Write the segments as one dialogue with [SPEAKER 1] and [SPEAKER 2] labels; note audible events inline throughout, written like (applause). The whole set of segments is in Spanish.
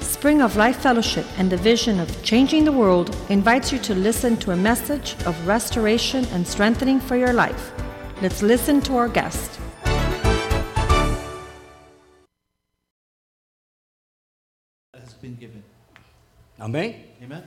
[SPEAKER 1] Spring of Life Fellowship and the vision of changing the world invites you to listen to a message of restoration and strengthening for your life. Let's listen to our guest.
[SPEAKER 2] that has been given.
[SPEAKER 3] Amén.
[SPEAKER 2] Amen.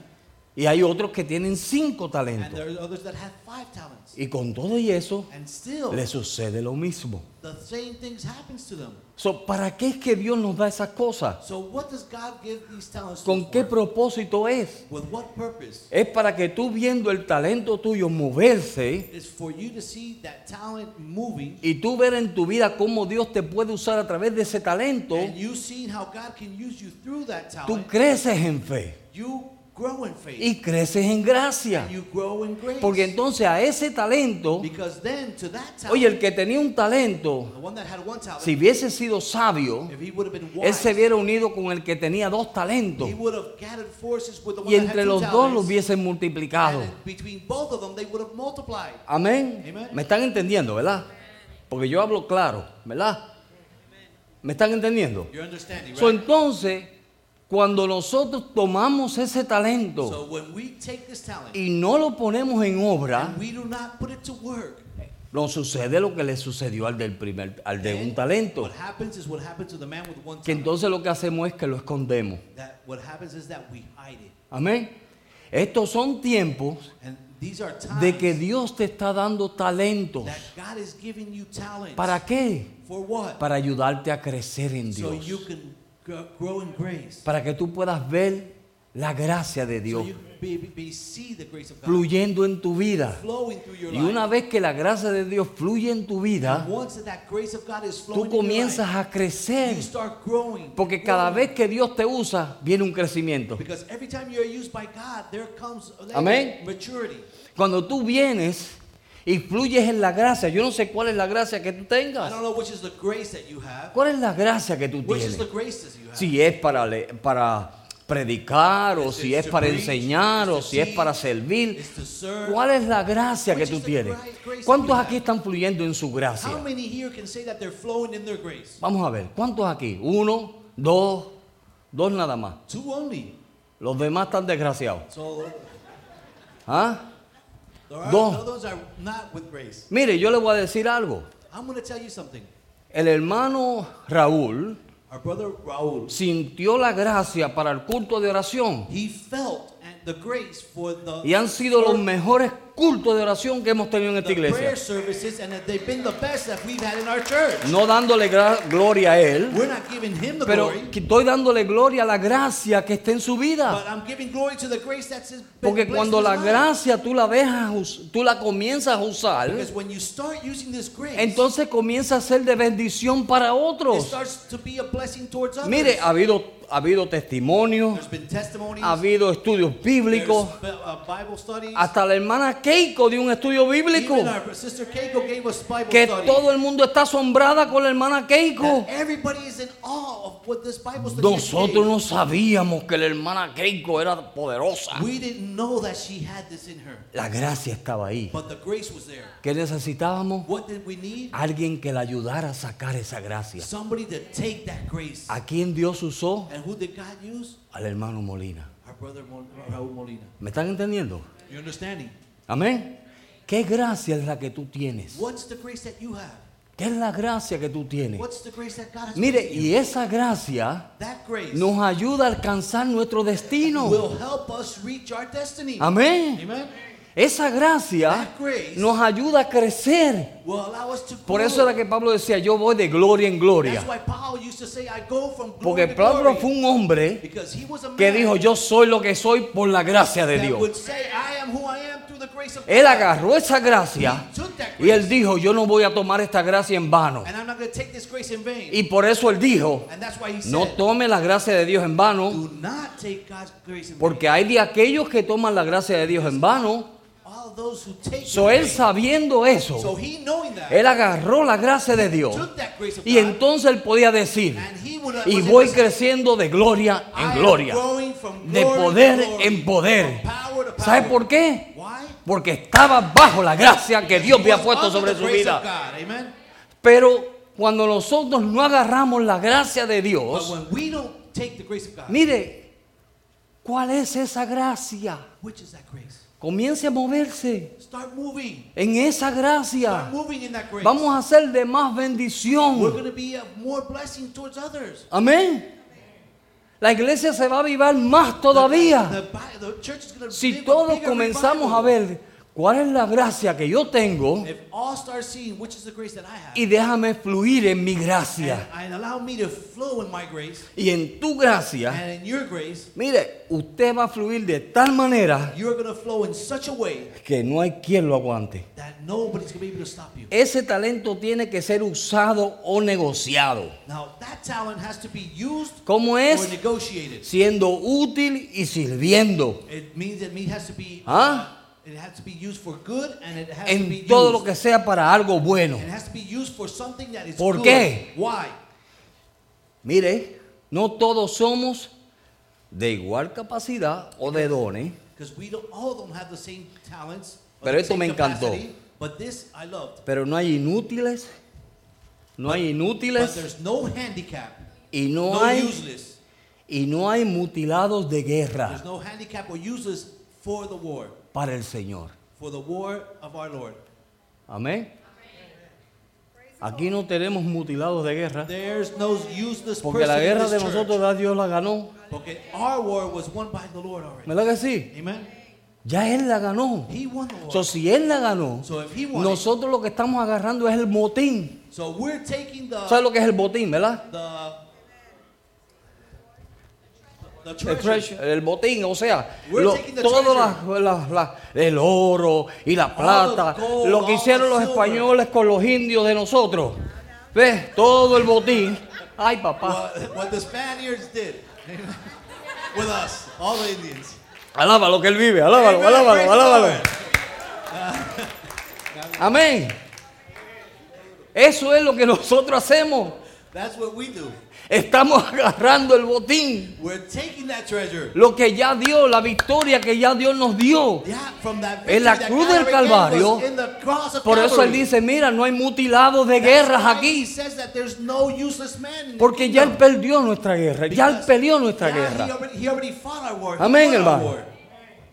[SPEAKER 3] Y hay otros que tienen cinco
[SPEAKER 2] And there
[SPEAKER 3] talentos.
[SPEAKER 2] are others that have five talents.
[SPEAKER 3] Y con todo y eso,
[SPEAKER 2] And still,
[SPEAKER 3] le sucede lo mismo.
[SPEAKER 2] the same things happens to them.
[SPEAKER 3] So, ¿Para qué es que Dios nos da esas cosas?
[SPEAKER 2] So what does God give these talents
[SPEAKER 3] ¿Con
[SPEAKER 2] to
[SPEAKER 3] qué
[SPEAKER 2] for?
[SPEAKER 3] propósito es?
[SPEAKER 2] With what purpose?
[SPEAKER 3] Es para que tú viendo el talento tuyo moverse
[SPEAKER 2] It's for you to see that talent moving
[SPEAKER 3] y tú ver en tu vida cómo Dios te puede usar a través de ese talento,
[SPEAKER 2] and you seeing how God can use you through that
[SPEAKER 3] tú
[SPEAKER 2] talent.
[SPEAKER 3] creces en fe
[SPEAKER 2] You grow in faith.
[SPEAKER 3] y creces en gracia.
[SPEAKER 2] and you grow in grace.
[SPEAKER 3] Porque entonces a ese talento,
[SPEAKER 2] because then to that talent,
[SPEAKER 3] oye, el que tenía un talento,
[SPEAKER 2] the one that had one talent,
[SPEAKER 3] si hubiese sido sabio,
[SPEAKER 2] if he would have been
[SPEAKER 3] Él
[SPEAKER 2] wise,
[SPEAKER 3] se hubiera unido con el que tenía dos talentos
[SPEAKER 2] he would have gathered forces with the one
[SPEAKER 3] y
[SPEAKER 2] that had
[SPEAKER 3] entre
[SPEAKER 2] two
[SPEAKER 3] los dos
[SPEAKER 2] talents.
[SPEAKER 3] los hubiesen multiplicado.
[SPEAKER 2] And between both of them, they would have multiplied.
[SPEAKER 3] Amén.
[SPEAKER 2] Amen.
[SPEAKER 3] ¿Me están entendiendo, verdad? Porque yo hablo claro, ¿verdad? ¿Me están entendiendo?
[SPEAKER 2] You're understanding,
[SPEAKER 3] So,
[SPEAKER 2] right?
[SPEAKER 3] entonces, cuando nosotros tomamos ese
[SPEAKER 2] So
[SPEAKER 3] talento
[SPEAKER 2] when we take this talent
[SPEAKER 3] y no lo ponemos en obra,
[SPEAKER 2] and we do not put it to work,
[SPEAKER 3] nos sucede lo que le sucedió al del primer, al de
[SPEAKER 2] then
[SPEAKER 3] un talento.
[SPEAKER 2] What happens is what happened to the man with one
[SPEAKER 3] Que
[SPEAKER 2] talent.
[SPEAKER 3] entonces lo que hacemos es que lo escondemos.
[SPEAKER 2] That what happens is that we hide it.
[SPEAKER 3] Amén. Estos son tiempos
[SPEAKER 2] And these are times
[SPEAKER 3] de que Dios te está dando talentos.
[SPEAKER 2] that God is giving you talent.
[SPEAKER 3] ¿Para qué?
[SPEAKER 2] For what?
[SPEAKER 3] Para ayudarte a crecer en
[SPEAKER 2] so you
[SPEAKER 3] Dios.
[SPEAKER 2] can gr- grow in grace.
[SPEAKER 3] Para que tú puedas ver la gracia de Dios
[SPEAKER 2] So you be, be, be- see the grace of God
[SPEAKER 3] fluyendo en tu vida.
[SPEAKER 2] flowing through your
[SPEAKER 3] Y
[SPEAKER 2] life.
[SPEAKER 3] una vez que la gracia de Dios fluye en tu vida,
[SPEAKER 2] And once that, that grace of God is
[SPEAKER 3] tú
[SPEAKER 2] flowing in your life,
[SPEAKER 3] comienzas a crecer.
[SPEAKER 2] you start growing.
[SPEAKER 3] Porque cada
[SPEAKER 2] growing.
[SPEAKER 3] vez que Dios te usa, viene un crecimiento.
[SPEAKER 2] Because every time you're used by God, there comes later
[SPEAKER 3] Amén.
[SPEAKER 2] maturity.
[SPEAKER 3] Cuando tú vienes y fluyes en la gracia, yo no sé cuál es la gracia que tú
[SPEAKER 2] I
[SPEAKER 3] tengas.
[SPEAKER 2] don't know which is the grace that you have.
[SPEAKER 3] ¿Cuál es la gracia que tú
[SPEAKER 2] Which is
[SPEAKER 3] tienes?
[SPEAKER 2] the grace that you have.
[SPEAKER 3] Si es para, le- para predicar, o
[SPEAKER 2] It's-
[SPEAKER 3] si
[SPEAKER 2] it's
[SPEAKER 3] es
[SPEAKER 2] to
[SPEAKER 3] para
[SPEAKER 2] preach,
[SPEAKER 3] enseñar,
[SPEAKER 2] it's
[SPEAKER 3] o
[SPEAKER 2] to
[SPEAKER 3] si es para
[SPEAKER 2] teach,
[SPEAKER 3] servir.
[SPEAKER 2] it's to serve.
[SPEAKER 3] ¿Cuál es la gracia que
[SPEAKER 2] Which
[SPEAKER 3] tú
[SPEAKER 2] is the
[SPEAKER 3] tienes?
[SPEAKER 2] gra- grace that
[SPEAKER 3] ¿Cuántos
[SPEAKER 2] you
[SPEAKER 3] aquí
[SPEAKER 2] have?
[SPEAKER 3] están fluyendo en su gracia?
[SPEAKER 2] How many here can say that they're flowing in their grace?
[SPEAKER 3] Vamos a ver, ¿cuántos aquí? Uno, dos, dos nada más.
[SPEAKER 2] Two only.
[SPEAKER 3] Los demás están desgraciados.
[SPEAKER 2] So
[SPEAKER 3] ¿Ah?
[SPEAKER 2] there are
[SPEAKER 3] Dos.
[SPEAKER 2] those are not with grace.
[SPEAKER 3] Mire, yo le voy a decir algo.
[SPEAKER 2] I'm going to tell you something.
[SPEAKER 3] El hermano Raúl
[SPEAKER 2] Our brother Raul,
[SPEAKER 3] sintió la gracia para el culto de oración.
[SPEAKER 2] he felt and the grace for the
[SPEAKER 3] Y han sido los
[SPEAKER 2] for
[SPEAKER 3] mejores cultos de oración que hemos tenido en esta
[SPEAKER 2] the
[SPEAKER 3] iglesia.
[SPEAKER 2] prayer services and that they've been the best that we've had in our church.
[SPEAKER 3] No dándole gra- gloria a él,
[SPEAKER 2] We're not giving him the
[SPEAKER 3] Mm. Pero
[SPEAKER 2] glory,
[SPEAKER 3] que estoy dándole gloria a la gracia que está en su
[SPEAKER 2] but
[SPEAKER 3] vida.
[SPEAKER 2] I'm giving glory to the grace that's been
[SPEAKER 3] Porque
[SPEAKER 2] placed
[SPEAKER 3] cuando
[SPEAKER 2] in
[SPEAKER 3] la
[SPEAKER 2] his life.
[SPEAKER 3] gracia tú la dejas, us- tú la comienzas a usar,
[SPEAKER 2] Because when you start using this grace,
[SPEAKER 3] entonces comienza a ser de bendición para
[SPEAKER 2] it
[SPEAKER 3] otros.
[SPEAKER 2] starts to be a blessing towards others.
[SPEAKER 3] Mire, ha habido, ha habido testimonios,
[SPEAKER 2] there's been testimonies,
[SPEAKER 3] ha habido estudios
[SPEAKER 2] there's
[SPEAKER 3] bíblicos.
[SPEAKER 2] bi- uh, Bible studies.
[SPEAKER 3] Hasta la hermana Keiko dio un estudio bíblico.
[SPEAKER 2] Even our sister Keiko gave us Bible
[SPEAKER 3] Que
[SPEAKER 2] study.
[SPEAKER 3] todo el mundo está asombrada con la hermana Keiko.
[SPEAKER 2] That everybody is in awe of what this Bible study is
[SPEAKER 3] Nosotros no sabíamos que la hermana Keiko era poderosa.
[SPEAKER 2] We didn't know that she had this in her,
[SPEAKER 3] La gracia estaba ahí.
[SPEAKER 2] but the grace was there.
[SPEAKER 3] ¿Qué necesitábamos?
[SPEAKER 2] What did we need?
[SPEAKER 3] Alguien que la ayudara a sacar esa gracia.
[SPEAKER 2] Somebody to take that grace.
[SPEAKER 3] ¿A quién Dios usó?
[SPEAKER 2] And who did God use?
[SPEAKER 3] Al hermano Molina.
[SPEAKER 2] Our brother Mo- Raul Molina.
[SPEAKER 3] ¿Me están entendiendo?
[SPEAKER 2] You understanding?
[SPEAKER 3] Amén. ¿Qué gracia es la que tú tienes?
[SPEAKER 2] What's the grace that you have?
[SPEAKER 3] ¿Qué es la gracia que tú tienes?
[SPEAKER 2] What's the grace that God has
[SPEAKER 3] Mire,
[SPEAKER 2] given you?
[SPEAKER 3] y esa gracia
[SPEAKER 2] That grace
[SPEAKER 3] nos ayuda a alcanzar nuestro destino.
[SPEAKER 2] will help us reach our destiny.
[SPEAKER 3] Amén.
[SPEAKER 2] Amen.
[SPEAKER 3] Esa gracia
[SPEAKER 2] That grace
[SPEAKER 3] nos ayuda a crecer.
[SPEAKER 2] will allow us to
[SPEAKER 3] Por
[SPEAKER 2] grow.
[SPEAKER 3] eso era que Pablo decía, yo voy de gloria en gloria.
[SPEAKER 2] That's why Paul used to say, I go from glory
[SPEAKER 3] Porque
[SPEAKER 2] to
[SPEAKER 3] Pablo
[SPEAKER 2] glory.
[SPEAKER 3] fue un hombre
[SPEAKER 2] Because he was a man
[SPEAKER 3] que dijo, yo soy lo que soy por la gracia de
[SPEAKER 2] that
[SPEAKER 3] Dios.
[SPEAKER 2] would say, I am who I am through the grace of
[SPEAKER 3] Él
[SPEAKER 2] God.
[SPEAKER 3] agarró esa gracia
[SPEAKER 2] He took that
[SPEAKER 3] y él
[SPEAKER 2] grace,
[SPEAKER 3] dijo, yo no voy a tomar esta gracia en vano.
[SPEAKER 2] and I'm not going to take this grace in vain.
[SPEAKER 3] Y por eso él dijo,
[SPEAKER 2] and that's why he
[SPEAKER 3] no
[SPEAKER 2] said,
[SPEAKER 3] tome la gracia de Dios en vano,
[SPEAKER 2] do not take God's grace in vain.
[SPEAKER 3] porque hay de aquellos que toman la gracia de Dios en vano.
[SPEAKER 2] All those who take
[SPEAKER 3] So
[SPEAKER 2] it in
[SPEAKER 3] él
[SPEAKER 2] vain.
[SPEAKER 3] sabiendo
[SPEAKER 2] So
[SPEAKER 3] eso,
[SPEAKER 2] he knowing that,
[SPEAKER 3] él agarró la gracia de Dios.
[SPEAKER 2] took that grace of
[SPEAKER 3] Y
[SPEAKER 2] God,
[SPEAKER 3] entonces él podía decir,
[SPEAKER 2] and he would
[SPEAKER 3] y
[SPEAKER 2] was able
[SPEAKER 3] voy
[SPEAKER 2] to say,
[SPEAKER 3] creciendo de gloria
[SPEAKER 2] "I
[SPEAKER 3] en
[SPEAKER 2] am
[SPEAKER 3] gloria,
[SPEAKER 2] growing from
[SPEAKER 3] de
[SPEAKER 2] glory to
[SPEAKER 3] poder
[SPEAKER 2] glory,
[SPEAKER 3] en poder.
[SPEAKER 2] from power to
[SPEAKER 3] ¿Sabe
[SPEAKER 2] power."
[SPEAKER 3] por qué?
[SPEAKER 2] Why?
[SPEAKER 3] Porque estaba bajo la gracia que
[SPEAKER 2] Because
[SPEAKER 3] Dios
[SPEAKER 2] he
[SPEAKER 3] había
[SPEAKER 2] was
[SPEAKER 3] puesto
[SPEAKER 2] under
[SPEAKER 3] sobre
[SPEAKER 2] the
[SPEAKER 3] su
[SPEAKER 2] grace of
[SPEAKER 3] vida.
[SPEAKER 2] God. Amen?
[SPEAKER 3] Pero cuando nosotros no agarramos la gracia de
[SPEAKER 2] But
[SPEAKER 3] Dios,
[SPEAKER 2] when we don't take the grace of God,
[SPEAKER 3] mire, ¿Cuál es esa gracia?
[SPEAKER 2] Which is that grace?
[SPEAKER 3] Comience a moverse
[SPEAKER 2] Start moving.
[SPEAKER 3] en esa gracia.
[SPEAKER 2] Start moving in that grace.
[SPEAKER 3] Ah. Vamos a hacer de más
[SPEAKER 2] We're
[SPEAKER 3] bendición.
[SPEAKER 2] going to be a more blessing towards others.
[SPEAKER 3] Amén. La iglesia se va a avivar más todavía.
[SPEAKER 2] The, Bi- the church is going to
[SPEAKER 3] Si todos comenzamos a ver cuál es la gracia que yo tengo
[SPEAKER 2] If all start seeing which is the grace that I have,
[SPEAKER 3] y déjame fluir en mi gracia.
[SPEAKER 2] and, and allow me to flow in my grace
[SPEAKER 3] Y en tu gracia,
[SPEAKER 2] and in your grace,
[SPEAKER 3] mire, usted va a fluir de tal manera
[SPEAKER 2] you're going to flow in such a way
[SPEAKER 3] que no hay quien lo aguante.
[SPEAKER 2] that nobody's going to be able to stop you.
[SPEAKER 3] Ese talento tiene que ser usado o negociado.
[SPEAKER 2] Now, that talent has to be used
[SPEAKER 3] ¿Cómo
[SPEAKER 2] or
[SPEAKER 3] es?
[SPEAKER 2] negotiated.
[SPEAKER 3] Siendo útil y sirviendo
[SPEAKER 2] It means that meat has to be
[SPEAKER 3] ¿Ah?
[SPEAKER 2] it has to be used for good and it has to be
[SPEAKER 3] en
[SPEAKER 2] used.
[SPEAKER 3] todo lo que sea para algo bueno.
[SPEAKER 2] and it has to be used for something that is
[SPEAKER 3] ¿Por
[SPEAKER 2] good.
[SPEAKER 3] qué?
[SPEAKER 2] Why?
[SPEAKER 3] Mire, no todos somos de igual capacidad o de dones.
[SPEAKER 2] Because we don't all don't have the same talents. or
[SPEAKER 3] Pero
[SPEAKER 2] the
[SPEAKER 3] esto
[SPEAKER 2] same
[SPEAKER 3] me encantó.
[SPEAKER 2] capacity, But this I loved.
[SPEAKER 3] Pero no hay inútiles, no hay
[SPEAKER 2] But
[SPEAKER 3] inútiles
[SPEAKER 2] there's no handicap.
[SPEAKER 3] y
[SPEAKER 2] No,
[SPEAKER 3] no hay
[SPEAKER 2] useless.
[SPEAKER 3] y no hay mutilados de guerra
[SPEAKER 2] There's no handicap or useless for the war,
[SPEAKER 3] para el Señor.
[SPEAKER 2] for the war of our Lord.
[SPEAKER 3] Amén. Aquí no tenemos mutilados de guerra,
[SPEAKER 2] There's no useless
[SPEAKER 3] porque
[SPEAKER 2] person
[SPEAKER 3] la
[SPEAKER 2] in
[SPEAKER 3] guerra
[SPEAKER 2] this
[SPEAKER 3] de
[SPEAKER 2] church.
[SPEAKER 3] nosotros ya Dios la ganó.
[SPEAKER 2] Okay, our war was won by the Lord already.
[SPEAKER 3] ¿Verdad que sí?
[SPEAKER 2] Amen.
[SPEAKER 3] Ya él la ganó.
[SPEAKER 2] He won the war.
[SPEAKER 3] So, si él la ganó,
[SPEAKER 2] So if he won it-
[SPEAKER 3] nosotros lo que estamos agarrando es el botín.
[SPEAKER 2] So we're taking the
[SPEAKER 3] ¿Sabes lo que es el botín, verdad?
[SPEAKER 2] the the
[SPEAKER 3] El,
[SPEAKER 2] treasure.
[SPEAKER 3] treasure, el botín, o sea,
[SPEAKER 2] We're
[SPEAKER 3] lo-
[SPEAKER 2] taking the
[SPEAKER 3] todo la- la- la- el oro y la plata,
[SPEAKER 2] the gold,
[SPEAKER 3] lo que
[SPEAKER 2] all
[SPEAKER 3] hicieron
[SPEAKER 2] the
[SPEAKER 3] los
[SPEAKER 2] silver.
[SPEAKER 3] españoles con los indios de nosotros. ¿Ves? Todo el botín. Ay, papá.
[SPEAKER 2] What, what the Spaniards did (laughs) with us, all the Indians.
[SPEAKER 3] Alábalo que él vive, alábalo,
[SPEAKER 2] Amen, praise
[SPEAKER 3] alábalo,
[SPEAKER 2] the
[SPEAKER 3] alábalo.
[SPEAKER 2] Lord.
[SPEAKER 3] (laughs) Amén. Eso es lo que nosotros hacemos.
[SPEAKER 2] That's what we do.
[SPEAKER 3] Estamos (laughs) agarrando el botín.
[SPEAKER 2] We're taking that treasure.
[SPEAKER 3] lo que ya dio, la victoria que ya Dios nos dio.
[SPEAKER 2] Yeah, from that
[SPEAKER 3] En la
[SPEAKER 2] victory that
[SPEAKER 3] cruz
[SPEAKER 2] God
[SPEAKER 3] del
[SPEAKER 2] already gave us
[SPEAKER 3] Calvario,
[SPEAKER 2] in the cross of
[SPEAKER 3] Por eso Él
[SPEAKER 2] Calvary.
[SPEAKER 3] dice, mira, no hay mutilados de
[SPEAKER 2] That's
[SPEAKER 3] guerras
[SPEAKER 2] why He
[SPEAKER 3] aquí,
[SPEAKER 2] says that there's no useless man. in the
[SPEAKER 3] porque ya Él
[SPEAKER 2] kingdom.
[SPEAKER 3] perdió nuestra guerra, ya Él
[SPEAKER 2] Because-
[SPEAKER 3] peleó nuestra
[SPEAKER 2] Yeah, He
[SPEAKER 3] guerra.
[SPEAKER 2] already, he already fought our war. He
[SPEAKER 3] Amén,
[SPEAKER 2] won our
[SPEAKER 3] hermano.
[SPEAKER 2] war.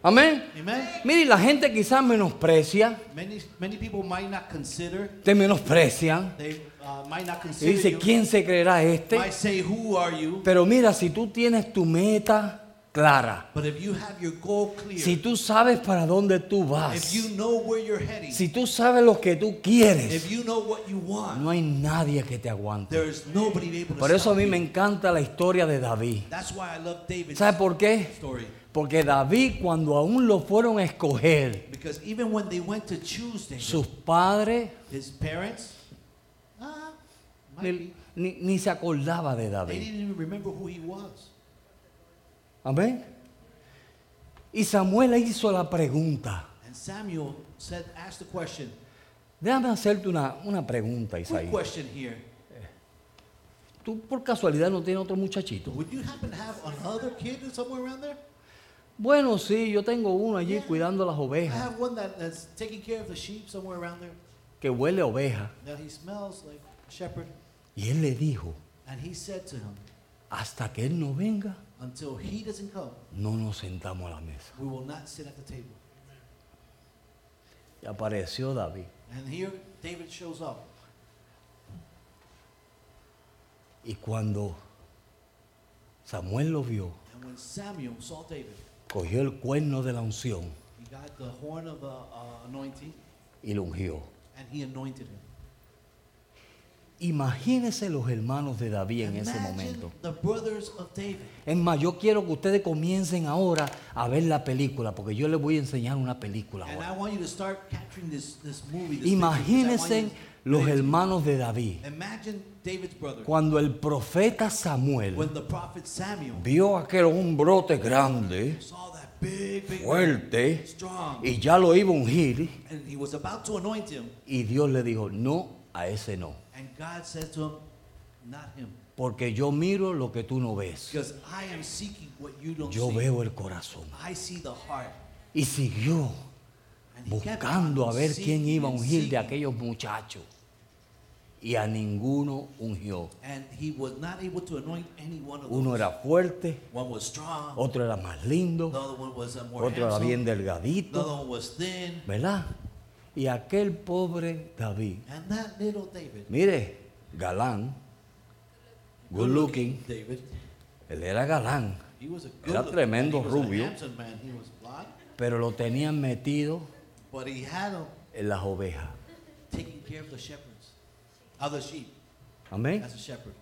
[SPEAKER 3] Amén.
[SPEAKER 2] Amen.
[SPEAKER 3] Mire, la gente quizás menosprecia,
[SPEAKER 2] Many many people might not consider.
[SPEAKER 3] te menosprecian,
[SPEAKER 2] They uh, might not
[SPEAKER 3] y
[SPEAKER 2] consider
[SPEAKER 3] dice,
[SPEAKER 2] you.
[SPEAKER 3] ¿quién se creerá este?
[SPEAKER 2] might say, "Who are you?"
[SPEAKER 3] Pero mira, si tú tienes tu meta clara,
[SPEAKER 2] But if you have your goal clear,
[SPEAKER 3] si tú sabes para dónde tú
[SPEAKER 2] if
[SPEAKER 3] vas,
[SPEAKER 2] you know where you're heading,
[SPEAKER 3] si tú sabes lo que tú quieres,
[SPEAKER 2] if you know what you want,
[SPEAKER 3] no hay nadie que te aguante.
[SPEAKER 2] there's nobody able to
[SPEAKER 3] Por eso a
[SPEAKER 2] stop
[SPEAKER 3] mí
[SPEAKER 2] you.
[SPEAKER 3] me encanta la historia de David.
[SPEAKER 2] That's why I love David's
[SPEAKER 3] ¿Sabe por qué?
[SPEAKER 2] story
[SPEAKER 3] Porque David, cuando aún lo fueron a escoger,
[SPEAKER 2] because even when they went to choose David,
[SPEAKER 3] sus padres
[SPEAKER 2] his parents, ah, might
[SPEAKER 3] ni,
[SPEAKER 2] be,
[SPEAKER 3] ni- ni se acordaba de
[SPEAKER 2] they
[SPEAKER 3] David.
[SPEAKER 2] didn't even remember who he was.
[SPEAKER 3] Amén. Y Samuel le hizo la pregunta.
[SPEAKER 2] And Samuel said, "Ask the question.
[SPEAKER 3] Déjame hacerte una, una pregunta,
[SPEAKER 2] Quick
[SPEAKER 3] Isaí.
[SPEAKER 2] question here.
[SPEAKER 3] ¿Tú por casualidad no tienes otro muchachito?
[SPEAKER 2] Would you happen to have another kid somewhere around there?
[SPEAKER 3] Bueno, sí, yo tengo uno allí cuidando las
[SPEAKER 2] I
[SPEAKER 3] ovejas,
[SPEAKER 2] have one that, that's taking care of the sheep somewhere around there.
[SPEAKER 3] que huele a oveja.
[SPEAKER 2] Now he smells like a shepherd.
[SPEAKER 3] Y él le dijo,
[SPEAKER 2] And he said to him,
[SPEAKER 3] hasta que él no venga,
[SPEAKER 2] Until he doesn't come,
[SPEAKER 3] no nos sentamos a la mesa.
[SPEAKER 2] we will not sit at the table.
[SPEAKER 3] Y apareció David.
[SPEAKER 2] And here David shows up.
[SPEAKER 3] Y cuando Samuel lo vio,
[SPEAKER 2] And when Samuel saw David,
[SPEAKER 3] cogió el cuerno de la unción
[SPEAKER 2] he got the horn of the uh, anointing
[SPEAKER 3] y lo ungió.
[SPEAKER 2] and he anointed him.
[SPEAKER 3] Imagínense los hermanos de David en ese
[SPEAKER 2] Imagine
[SPEAKER 3] momento.
[SPEAKER 2] the brothers of David.
[SPEAKER 3] Es más, yo quiero que ustedes comiencen ahora a ver la película, porque yo les voy a enseñar una película
[SPEAKER 2] And I
[SPEAKER 3] ahora.
[SPEAKER 2] want you to start capturing this, this movie. This picture,
[SPEAKER 3] Imagínense
[SPEAKER 2] because I want
[SPEAKER 3] los
[SPEAKER 2] you to-
[SPEAKER 3] hermanos de David.
[SPEAKER 2] Imagine David's brother.
[SPEAKER 3] Cuando el profeta Samuel
[SPEAKER 2] When the prophet Samuel
[SPEAKER 3] vio aquel hombrote grande,
[SPEAKER 2] saw that big, big, man,
[SPEAKER 3] fuerte,
[SPEAKER 2] strong,
[SPEAKER 3] y ya lo iba a ungir,
[SPEAKER 2] and he was about to anoint him,
[SPEAKER 3] y Dios le dijo, no, a ese no,
[SPEAKER 2] and God says to him, Not him.
[SPEAKER 3] porque yo miro lo que tú no ves.
[SPEAKER 2] Because I am seeking what you don't
[SPEAKER 3] Yo
[SPEAKER 2] see.
[SPEAKER 3] veo el corazón.
[SPEAKER 2] I see the heart.
[SPEAKER 3] Y siguió
[SPEAKER 2] And he kept
[SPEAKER 3] buscando a
[SPEAKER 2] on
[SPEAKER 3] ver
[SPEAKER 2] seeking
[SPEAKER 3] quién iba a
[SPEAKER 2] and
[SPEAKER 3] ungir de
[SPEAKER 2] seeking.
[SPEAKER 3] aquellos muchachos. y a ninguno ungió.
[SPEAKER 2] And he was not able to anoint any one of them.
[SPEAKER 3] Uno era fuerte,
[SPEAKER 2] One was strong.
[SPEAKER 3] otro era más
[SPEAKER 2] The
[SPEAKER 3] lindo,
[SPEAKER 2] other one was uh, more
[SPEAKER 3] otro era
[SPEAKER 2] handsome.
[SPEAKER 3] bien
[SPEAKER 2] The other
[SPEAKER 3] delgadito,
[SPEAKER 2] one was thin.
[SPEAKER 3] ¿verdad? Y aquel pobre David,
[SPEAKER 2] And that little David.
[SPEAKER 3] mire, galán, good looking,
[SPEAKER 2] David.
[SPEAKER 3] él era galán,
[SPEAKER 2] He was a good
[SPEAKER 3] tremendo
[SPEAKER 2] he was
[SPEAKER 3] rubio.
[SPEAKER 2] A handsome man. He was blonde,
[SPEAKER 3] pero lo tenían metido
[SPEAKER 2] but he had him
[SPEAKER 3] en las ovejas.
[SPEAKER 2] taking care of the shepherds. Of the sheep.
[SPEAKER 3] Amén.
[SPEAKER 2] As a shepherd.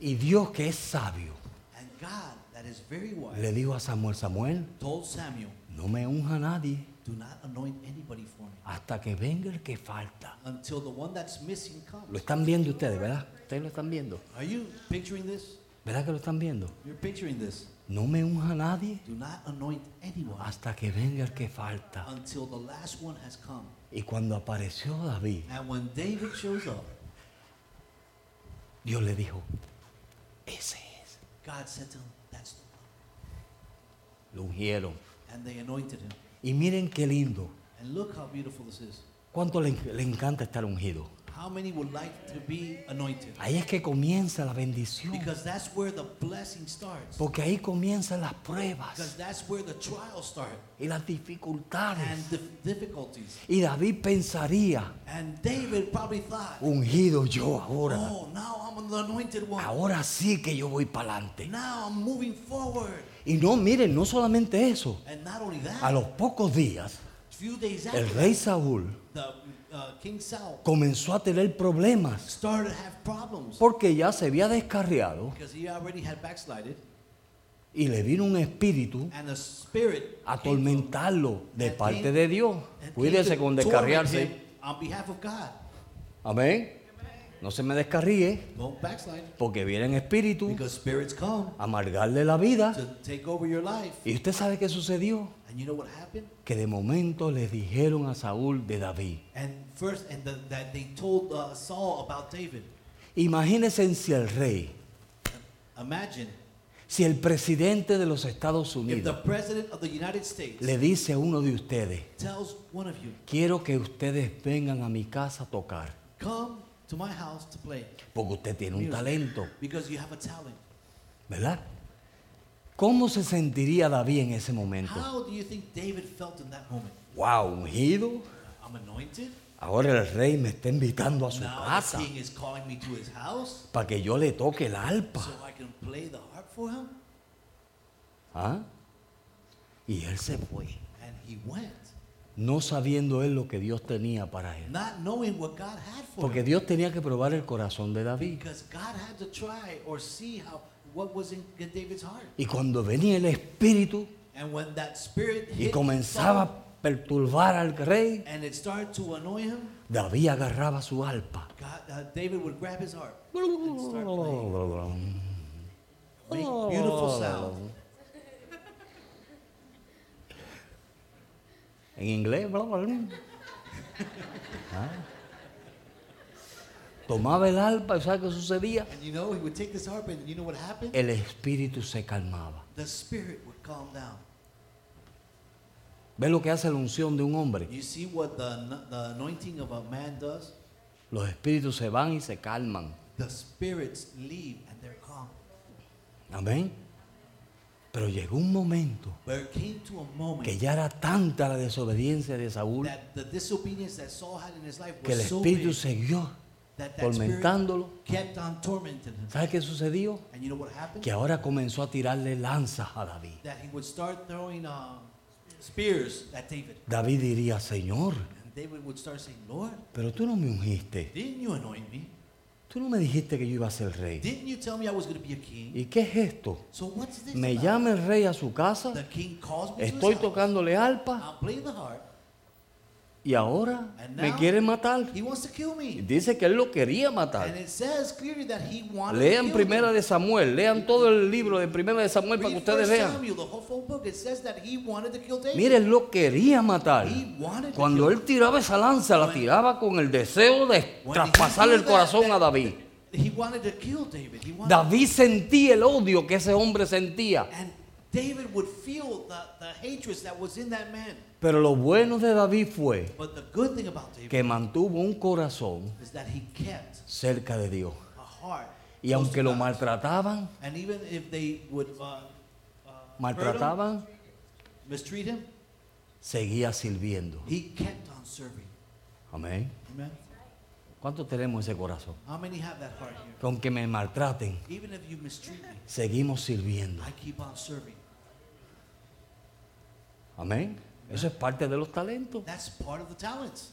[SPEAKER 3] Y Dios que es sabio,
[SPEAKER 2] And God, that is very wise,
[SPEAKER 3] le dijo a Samuel, Samuel,
[SPEAKER 2] told Samuel,
[SPEAKER 3] no me unja a nadie
[SPEAKER 2] do not anoint anybody for me
[SPEAKER 3] hasta que venga el que falta.
[SPEAKER 2] until the one that's missing
[SPEAKER 3] Lo
[SPEAKER 2] comes.
[SPEAKER 3] están viendo ustedes, ¿verdad? Ustedes lo están viendo.
[SPEAKER 2] Are you picturing this?
[SPEAKER 3] ¿Verdad que lo están viendo?
[SPEAKER 2] You're picturing this.
[SPEAKER 3] No me unja a nadie
[SPEAKER 2] Do not anoint anyone
[SPEAKER 3] hasta que venga el que falta.
[SPEAKER 2] until the last one has come.
[SPEAKER 3] Y cuando apareció David,
[SPEAKER 2] And when David shows up,
[SPEAKER 3] Dios le dijo, ese es.
[SPEAKER 2] God said to him, That's the one.
[SPEAKER 3] Lo ungieron.
[SPEAKER 2] And they anointed him.
[SPEAKER 3] Y miren qué lindo.
[SPEAKER 2] And look how beautiful this is.
[SPEAKER 3] Cuánto le, le encanta estar ungido.
[SPEAKER 2] How many would like to be anointed?
[SPEAKER 3] Ahí es que comienza la bendición.
[SPEAKER 2] Because that's where the blessing starts.
[SPEAKER 3] Porque ahí comienzan las
[SPEAKER 2] Because
[SPEAKER 3] pruebas
[SPEAKER 2] that's where the trials start
[SPEAKER 3] y las
[SPEAKER 2] and
[SPEAKER 3] dificultades.
[SPEAKER 2] the difficulties.
[SPEAKER 3] Y David pensaría,
[SPEAKER 2] And David probably thought,
[SPEAKER 3] ungido yo ahora.
[SPEAKER 2] Oh, now I'm the anointed one.
[SPEAKER 3] Ahora sí que yo voy para adelante.
[SPEAKER 2] Now I'm moving forward.
[SPEAKER 3] Y no, miren, no solamente eso.
[SPEAKER 2] And not only
[SPEAKER 3] A
[SPEAKER 2] that,
[SPEAKER 3] los pocos días,
[SPEAKER 2] few days
[SPEAKER 3] el
[SPEAKER 2] after,
[SPEAKER 3] rey Saúl
[SPEAKER 2] the uh, King Saul
[SPEAKER 3] comenzó a tener problemas
[SPEAKER 2] started to have problems
[SPEAKER 3] porque ya se había descarriado
[SPEAKER 2] because he already had backslided,
[SPEAKER 3] y le vino un espíritu
[SPEAKER 2] and the spirit
[SPEAKER 3] a
[SPEAKER 2] came to him
[SPEAKER 3] atormentarlo de parte de Dios.
[SPEAKER 2] and came
[SPEAKER 3] Cuídese
[SPEAKER 2] to
[SPEAKER 3] con
[SPEAKER 2] torment
[SPEAKER 3] descarriarse.
[SPEAKER 2] him On behalf of God,
[SPEAKER 3] Amén. No se me descarríe
[SPEAKER 2] don't backslide
[SPEAKER 3] porque vienen espíritus
[SPEAKER 2] because spirits come
[SPEAKER 3] a amargarle la vida.
[SPEAKER 2] to take over your life.
[SPEAKER 3] Y usted sabe qué sucedió,
[SPEAKER 2] And you know what happened?
[SPEAKER 3] que de momento le dijeron a Saúl de David.
[SPEAKER 2] And first, and the, that they told uh, Saul about David.
[SPEAKER 3] Imagínense si el rey,
[SPEAKER 2] Imagine
[SPEAKER 3] si el presidente de los Estados
[SPEAKER 2] if the
[SPEAKER 3] Unidos
[SPEAKER 2] president of the United States
[SPEAKER 3] le dice a uno de ustedes,
[SPEAKER 2] tells one of you,
[SPEAKER 3] quiero que ustedes vengan a mi casa a tocar,
[SPEAKER 2] "Come to my house to play
[SPEAKER 3] porque usted tiene un
[SPEAKER 2] Music.
[SPEAKER 3] talento,
[SPEAKER 2] because you have a talent."
[SPEAKER 3] ¿verdad? ¿Cómo se sentiría David en ese momento?
[SPEAKER 2] How do you think David felt in that moment?
[SPEAKER 3] Wow, ungido.
[SPEAKER 2] I'm anointed.
[SPEAKER 3] Ahora el rey me está invitando a su
[SPEAKER 2] Now
[SPEAKER 3] casa
[SPEAKER 2] the king is calling me to his house
[SPEAKER 3] para que yo le toque el
[SPEAKER 2] so
[SPEAKER 3] alpa.
[SPEAKER 2] I can play the harp for him.
[SPEAKER 3] ¿Ah? Y él se fue.
[SPEAKER 2] And he went,
[SPEAKER 3] no sabiendo él lo que Dios tenía para él.
[SPEAKER 2] not knowing what God had for
[SPEAKER 3] Porque
[SPEAKER 2] him.
[SPEAKER 3] Dios tenía que probar el corazón de David.
[SPEAKER 2] Because God had to try or see how what was in David's heart.
[SPEAKER 3] Y cuando venía el espíritu
[SPEAKER 2] And when that spirit
[SPEAKER 3] y
[SPEAKER 2] hit
[SPEAKER 3] comenzaba
[SPEAKER 2] Saul,
[SPEAKER 3] a perturbar al rey,
[SPEAKER 2] and it started to annoy him,
[SPEAKER 3] David agarraba su alpa.
[SPEAKER 2] God, uh, David would grab his harp and start playing,
[SPEAKER 3] Make
[SPEAKER 2] make
[SPEAKER 3] Oh.
[SPEAKER 2] beautiful sound.
[SPEAKER 3] En inglés, bla, bla,
[SPEAKER 2] (laughs)
[SPEAKER 3] bla. Ah. Tomaba el alpa, ¿y ¿sabes qué sucedía?
[SPEAKER 2] And you know, he would take this harp, and you know what happened?
[SPEAKER 3] El espíritu se calmaba.
[SPEAKER 2] the spirit would calm down.
[SPEAKER 3] ¿Ve lo que hace la unción de un hombre?
[SPEAKER 2] You see what the, ano- the anointing of a man does?
[SPEAKER 3] Los espíritus se van y se calman.
[SPEAKER 2] The spirits leave and they're calm.
[SPEAKER 3] Amén. Pero llegó un momento
[SPEAKER 2] But it came to a moment
[SPEAKER 3] que ya era tanta la desobediencia de Saúl
[SPEAKER 2] that the disobedience that Saul had in his life
[SPEAKER 3] que el
[SPEAKER 2] was so big
[SPEAKER 3] espíritu siguió
[SPEAKER 2] Pues that that spirit
[SPEAKER 3] tormentándolo.
[SPEAKER 2] kept on tormenting him.
[SPEAKER 3] ¿Sabe qué sucedió?
[SPEAKER 2] And you know what happened?
[SPEAKER 3] Que ahora comenzó a tirarle lanzas a David.
[SPEAKER 2] That he would start throwing um, spears at David.
[SPEAKER 3] David diría, Señor,
[SPEAKER 2] And David would start saying, Lord,
[SPEAKER 3] pero tú no me ungiste.
[SPEAKER 2] didn't you anoint me?
[SPEAKER 3] Tú no me dijiste que yo iba a ser rey.
[SPEAKER 2] Didn't you tell me I was going to be a king?
[SPEAKER 3] ¿Y qué es esto?
[SPEAKER 2] So what's this
[SPEAKER 3] Me
[SPEAKER 2] about?
[SPEAKER 3] llama el rey a su casa,
[SPEAKER 2] The king calls me to
[SPEAKER 3] estoy
[SPEAKER 2] his house.
[SPEAKER 3] tocándole alpa
[SPEAKER 2] I'm playing the harp.
[SPEAKER 3] y ahora
[SPEAKER 2] And
[SPEAKER 3] me
[SPEAKER 2] now-
[SPEAKER 3] quiere matar.
[SPEAKER 2] He wants to kill
[SPEAKER 3] Y
[SPEAKER 2] me.
[SPEAKER 3] Dice que él lo quería matar.
[SPEAKER 2] And it says clearly that he wanted
[SPEAKER 3] Lean
[SPEAKER 2] to kill
[SPEAKER 3] Primera
[SPEAKER 2] me.
[SPEAKER 3] de Samuel, lean todo el libro de Primera de Samuel para que
[SPEAKER 2] Read 1
[SPEAKER 3] ustedes vean.
[SPEAKER 2] Samuel, the whole full book. It says that he wanted to kill David.
[SPEAKER 3] Miren, lo quería matar.
[SPEAKER 2] He wanted to
[SPEAKER 3] Cuando
[SPEAKER 2] kill
[SPEAKER 3] él tiraba esa lanza, la
[SPEAKER 2] When-
[SPEAKER 3] tiraba con el deseo de
[SPEAKER 2] When
[SPEAKER 3] traspasarle
[SPEAKER 2] he
[SPEAKER 3] el
[SPEAKER 2] knew
[SPEAKER 3] corazón
[SPEAKER 2] that-
[SPEAKER 3] a David.
[SPEAKER 2] He wanted to kill David. He wanted
[SPEAKER 3] David sentía el odio que ese hombre sentía.
[SPEAKER 2] And David would feel the, the hatred that was in that man.
[SPEAKER 3] Pero lo bueno de David fue
[SPEAKER 2] But the good thing about David
[SPEAKER 3] que mantuvo un corazón
[SPEAKER 2] is that he kept
[SPEAKER 3] cerca de Dios.
[SPEAKER 2] a heart.
[SPEAKER 3] Y
[SPEAKER 2] close
[SPEAKER 3] aunque
[SPEAKER 2] to
[SPEAKER 3] lo
[SPEAKER 2] God.
[SPEAKER 3] maltrataban,
[SPEAKER 2] And even if they would uh, uh, hurt him,
[SPEAKER 3] maltrataban,
[SPEAKER 2] mistreat him,
[SPEAKER 3] seguía sirviendo.
[SPEAKER 2] he kept on serving.
[SPEAKER 3] Amén.
[SPEAKER 2] Amen.
[SPEAKER 3] ¿Cuántos tenemos ese corazón?
[SPEAKER 2] How many have that heart here?
[SPEAKER 3] Que aunque me maltraten,
[SPEAKER 2] Even if you mistreat me,
[SPEAKER 3] seguimos sirviendo.
[SPEAKER 2] I keep on serving.
[SPEAKER 3] Amén. Eso es parte de los talentos.
[SPEAKER 2] That's part of the talents.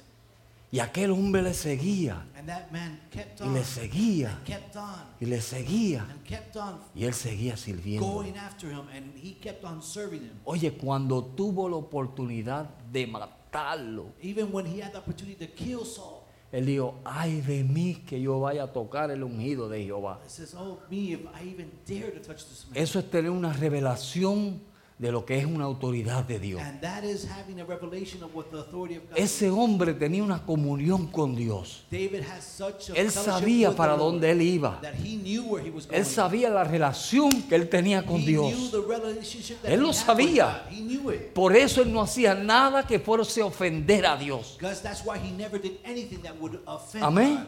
[SPEAKER 3] Y aquel hombre le seguía,
[SPEAKER 2] And that man kept
[SPEAKER 3] y
[SPEAKER 2] on,
[SPEAKER 3] le seguía,
[SPEAKER 2] kept on,
[SPEAKER 3] y le seguía.
[SPEAKER 2] and kept on
[SPEAKER 3] Y él seguía sirviendo.
[SPEAKER 2] going after him, and he kept on serving him.
[SPEAKER 3] Oye, cuando tuvo la oportunidad de matarlo,
[SPEAKER 2] Even when he had the opportunity to kill Saul,
[SPEAKER 3] él dijo, ay de mí que yo vaya a tocar el ungido de Jehová.
[SPEAKER 2] he says, "Oh me, if I even dare to touch this man."
[SPEAKER 3] Eso es tener una revelación de lo que es una autoridad de Dios.
[SPEAKER 2] And that is having a revelation of what the authority of God. is.
[SPEAKER 3] Ese hombre tenía una comunión con Dios.
[SPEAKER 2] David has such a
[SPEAKER 3] Él
[SPEAKER 2] fellowship
[SPEAKER 3] sabía
[SPEAKER 2] with
[SPEAKER 3] para
[SPEAKER 2] the Lord
[SPEAKER 3] dónde él iba.
[SPEAKER 2] That he knew where he was going.
[SPEAKER 3] Él sabía la relación que él tenía con
[SPEAKER 2] he knew
[SPEAKER 3] Dios.
[SPEAKER 2] the relationship that
[SPEAKER 3] Él
[SPEAKER 2] he
[SPEAKER 3] lo
[SPEAKER 2] had with
[SPEAKER 3] sabía.
[SPEAKER 2] God. He knew it.
[SPEAKER 3] Por eso él no hacía nada que fuese ofender a Dios.
[SPEAKER 2] Because that's why he never did anything that would offend
[SPEAKER 3] Amén.
[SPEAKER 2] God.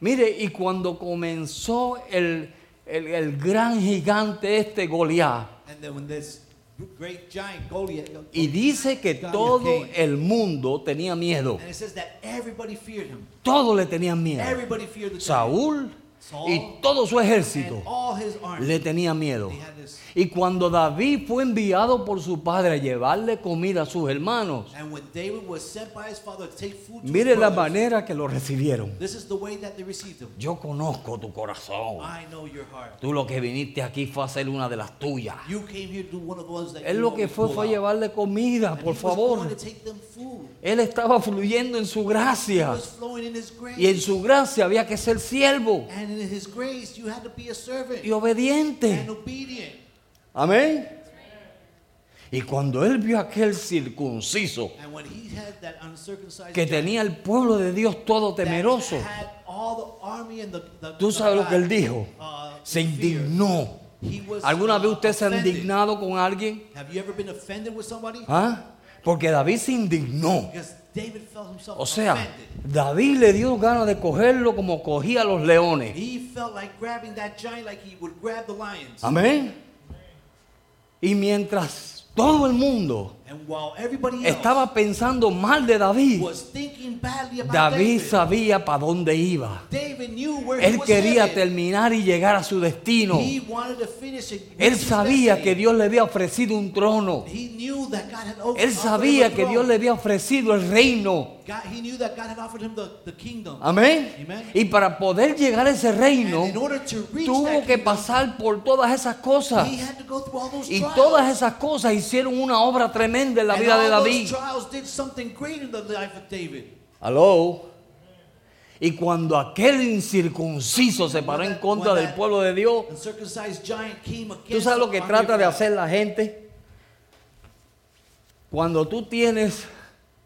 [SPEAKER 3] Mire, y cuando comenzó el, el- el gran gigante este Goliat,
[SPEAKER 2] And then when this great giant Goliath,
[SPEAKER 3] y dice que
[SPEAKER 2] Goliath
[SPEAKER 3] todo
[SPEAKER 2] came,
[SPEAKER 3] el mundo tenía miedo.
[SPEAKER 2] and it says that everybody feared him.
[SPEAKER 3] Todos le tenían miedo.
[SPEAKER 2] Everybody feared the giant.
[SPEAKER 3] Saúl
[SPEAKER 2] Saul
[SPEAKER 3] y todo su
[SPEAKER 2] and
[SPEAKER 3] ejército
[SPEAKER 2] all his army.
[SPEAKER 3] le tenía miedo.
[SPEAKER 2] They had this-
[SPEAKER 3] Y cuando David fue enviado por su padre a llevarle comida a sus hermanos,
[SPEAKER 2] And when David was sent by his father to take food to
[SPEAKER 3] mire
[SPEAKER 2] his
[SPEAKER 3] la
[SPEAKER 2] brothers,
[SPEAKER 3] manera que lo recibieron.
[SPEAKER 2] This is the way that they received him.
[SPEAKER 3] Yo conozco tu corazón.
[SPEAKER 2] I know your heart.
[SPEAKER 3] Tú lo que viniste aquí fue a hacer una de las tuyas.
[SPEAKER 2] You came here to do one of those that
[SPEAKER 3] Él
[SPEAKER 2] you
[SPEAKER 3] lo que
[SPEAKER 2] always
[SPEAKER 3] fue
[SPEAKER 2] pull
[SPEAKER 3] fue
[SPEAKER 2] out.
[SPEAKER 3] llevarle comida,
[SPEAKER 2] And
[SPEAKER 3] por
[SPEAKER 2] he was going
[SPEAKER 3] favor.
[SPEAKER 2] to take them food.
[SPEAKER 3] Él estaba fluyendo en su
[SPEAKER 2] He
[SPEAKER 3] gracia.
[SPEAKER 2] was flowing in his grace.
[SPEAKER 3] Ah. Y en su gracia había que ser siervo
[SPEAKER 2] And in his grace, you had to be a servant
[SPEAKER 3] y obediente.
[SPEAKER 2] and obedient.
[SPEAKER 3] Amén. Y cuando él vio aquel circunciso
[SPEAKER 2] And when he had that uncircumcised
[SPEAKER 3] que
[SPEAKER 2] giant
[SPEAKER 3] tenía el pueblo de Dios todo
[SPEAKER 2] that
[SPEAKER 3] temeroso,
[SPEAKER 2] had all the army and the, the,
[SPEAKER 3] tú
[SPEAKER 2] the
[SPEAKER 3] sabes lo que él
[SPEAKER 2] God,
[SPEAKER 3] dijo.
[SPEAKER 2] uh,
[SPEAKER 3] Se
[SPEAKER 2] in fear,
[SPEAKER 3] indignó.
[SPEAKER 2] he was,
[SPEAKER 3] ¿Alguna vez
[SPEAKER 2] uh,
[SPEAKER 3] usted se ha
[SPEAKER 2] offended.
[SPEAKER 3] indignado con alguien?
[SPEAKER 2] Have you ever been offended with somebody?
[SPEAKER 3] ¿Ah? Porque David se indignó.
[SPEAKER 2] Because David felt himself
[SPEAKER 3] O sea,
[SPEAKER 2] offended.
[SPEAKER 3] David le dio ganas de cogerlo como cogía a los leones.
[SPEAKER 2] He felt like grabbing that giant like he would grab the lions.
[SPEAKER 3] Amén. Y mientras todo el mundo
[SPEAKER 2] And while everybody else
[SPEAKER 3] estaba pensando mal de David,
[SPEAKER 2] was thinking badly about
[SPEAKER 3] David
[SPEAKER 2] David,
[SPEAKER 3] sabía para dónde iba.
[SPEAKER 2] David knew where he
[SPEAKER 3] Él
[SPEAKER 2] was
[SPEAKER 3] quería
[SPEAKER 2] headed.
[SPEAKER 3] terminar y llegar a su destino.
[SPEAKER 2] He wanted to finish it. with
[SPEAKER 3] Él
[SPEAKER 2] his
[SPEAKER 3] sabía que
[SPEAKER 2] destiny.
[SPEAKER 3] Dios le había ofrecido un trono.
[SPEAKER 2] He knew that God had opened
[SPEAKER 3] Él sabía que Dios le había ofrecido el reino.
[SPEAKER 2] God, he knew that God had offered him the, the kingdom.
[SPEAKER 3] Amén.
[SPEAKER 2] Amen.
[SPEAKER 3] Y para poder llegar a ese
[SPEAKER 2] And
[SPEAKER 3] reino,
[SPEAKER 2] in order to reach
[SPEAKER 3] tuvo
[SPEAKER 2] that
[SPEAKER 3] que
[SPEAKER 2] kingdom,
[SPEAKER 3] pasar por todas esas cosas.
[SPEAKER 2] he had to go through all those
[SPEAKER 3] Y
[SPEAKER 2] trials.
[SPEAKER 3] todas esas cosas hicieron una obra tremenda en la
[SPEAKER 2] And
[SPEAKER 3] vida de
[SPEAKER 2] all those
[SPEAKER 3] David.
[SPEAKER 2] trials did something great in the life of David.
[SPEAKER 3] Aló. Y cuando aquel incircunciso se paró en contra del pueblo de Dios,
[SPEAKER 2] And circumcised giant came against
[SPEAKER 3] tú sabes lo
[SPEAKER 2] the
[SPEAKER 3] que
[SPEAKER 2] army
[SPEAKER 3] trata
[SPEAKER 2] of
[SPEAKER 3] de
[SPEAKER 2] God.
[SPEAKER 3] hacer la gente. Cuando tú tienes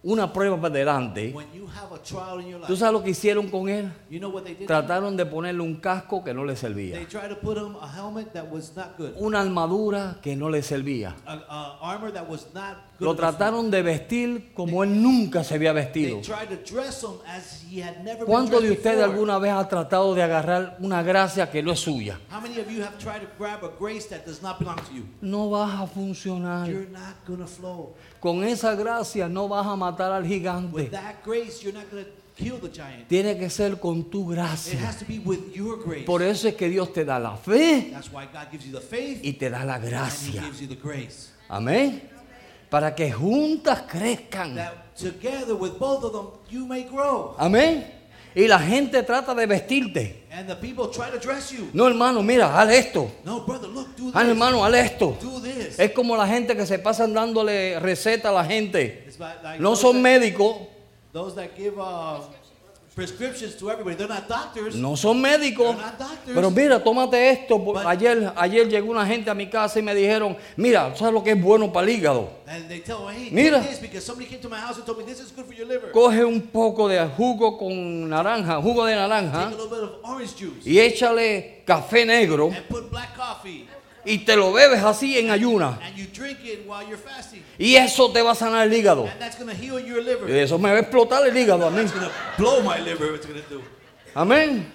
[SPEAKER 3] una prueba por delante,
[SPEAKER 2] When you have a trial in your life,
[SPEAKER 3] tú sabes lo que hicieron con él.
[SPEAKER 2] you know what they did?
[SPEAKER 3] Trataron de ponerle un casco que no le
[SPEAKER 2] They
[SPEAKER 3] servía,
[SPEAKER 2] tried to put him a helmet that was not good,
[SPEAKER 3] una armadura que no le servía.
[SPEAKER 2] a, a armor that was not good.
[SPEAKER 3] Lo
[SPEAKER 2] enough.
[SPEAKER 3] trataron de vestir como él nunca se había
[SPEAKER 2] They
[SPEAKER 3] vestido.
[SPEAKER 2] tried to dress him as he had never been
[SPEAKER 3] ¿Cuántos de
[SPEAKER 2] dressed
[SPEAKER 3] ustedes
[SPEAKER 2] before.
[SPEAKER 3] alguna vez ha tratado de agarrar una gracia que no es suya?
[SPEAKER 2] How many of you have tried to grab a grace that does not belong to you?
[SPEAKER 3] No vas a funcionar.
[SPEAKER 2] You're not gonna flow.
[SPEAKER 3] Con esa gracia no vas a matar al gigante.
[SPEAKER 2] With that grace, you're not gonna kill the giant.
[SPEAKER 3] Tiene que ser con tu
[SPEAKER 2] It
[SPEAKER 3] gracia.
[SPEAKER 2] has to be with your grace.
[SPEAKER 3] Por eso es que Dios te da la fe
[SPEAKER 2] That's why God gives you the faith
[SPEAKER 3] y te da la
[SPEAKER 2] and He
[SPEAKER 3] gracia.
[SPEAKER 2] gives you the grace.
[SPEAKER 3] Amén. Para que juntas crezcan.
[SPEAKER 2] That together with both of them, you may grow.
[SPEAKER 3] Amén. Y la gente trata de vestirte.
[SPEAKER 2] And the people try to dress you.
[SPEAKER 3] No, hermano, mira, haz esto.
[SPEAKER 2] No, brother, look, do this.
[SPEAKER 3] Haz, hermano, haz esto.
[SPEAKER 2] Do this.
[SPEAKER 3] Es como la gente que se pasan dándole receta a la gente.
[SPEAKER 2] It's like- like
[SPEAKER 3] No
[SPEAKER 2] those
[SPEAKER 3] son
[SPEAKER 2] that-
[SPEAKER 3] médicos.
[SPEAKER 2] Those that give uh, prescriptions to everybody, they're not doctors.
[SPEAKER 3] No son
[SPEAKER 2] They're
[SPEAKER 3] médicos.
[SPEAKER 2] not doctors.
[SPEAKER 3] Pero mira, tómate esto. por-
[SPEAKER 2] But-
[SPEAKER 3] Ayer, ayer llegó una gente a mi casa y me dijeron, mira, ¿sabes lo que es bueno para el hígado?
[SPEAKER 2] And they tell me, hey,
[SPEAKER 3] Mira.
[SPEAKER 2] take this because somebody came to my house and told me this is good for your liver.
[SPEAKER 3] Coge un poco de jugo con naranja, jugo de
[SPEAKER 2] Take a
[SPEAKER 3] naranja,
[SPEAKER 2] little bit of orange juice
[SPEAKER 3] y échale café negro
[SPEAKER 2] and put black coffee
[SPEAKER 3] y te lo bebes así en ayuna.
[SPEAKER 2] and you drink it while you're fasting,
[SPEAKER 3] Y eso te va a sanar el hígado.
[SPEAKER 2] and that's gonna heal your
[SPEAKER 3] Y
[SPEAKER 2] liver.
[SPEAKER 3] eso me va a explotar el hígado a mí.
[SPEAKER 2] It's gonna blow my liver. It's gonna do.
[SPEAKER 3] Amén.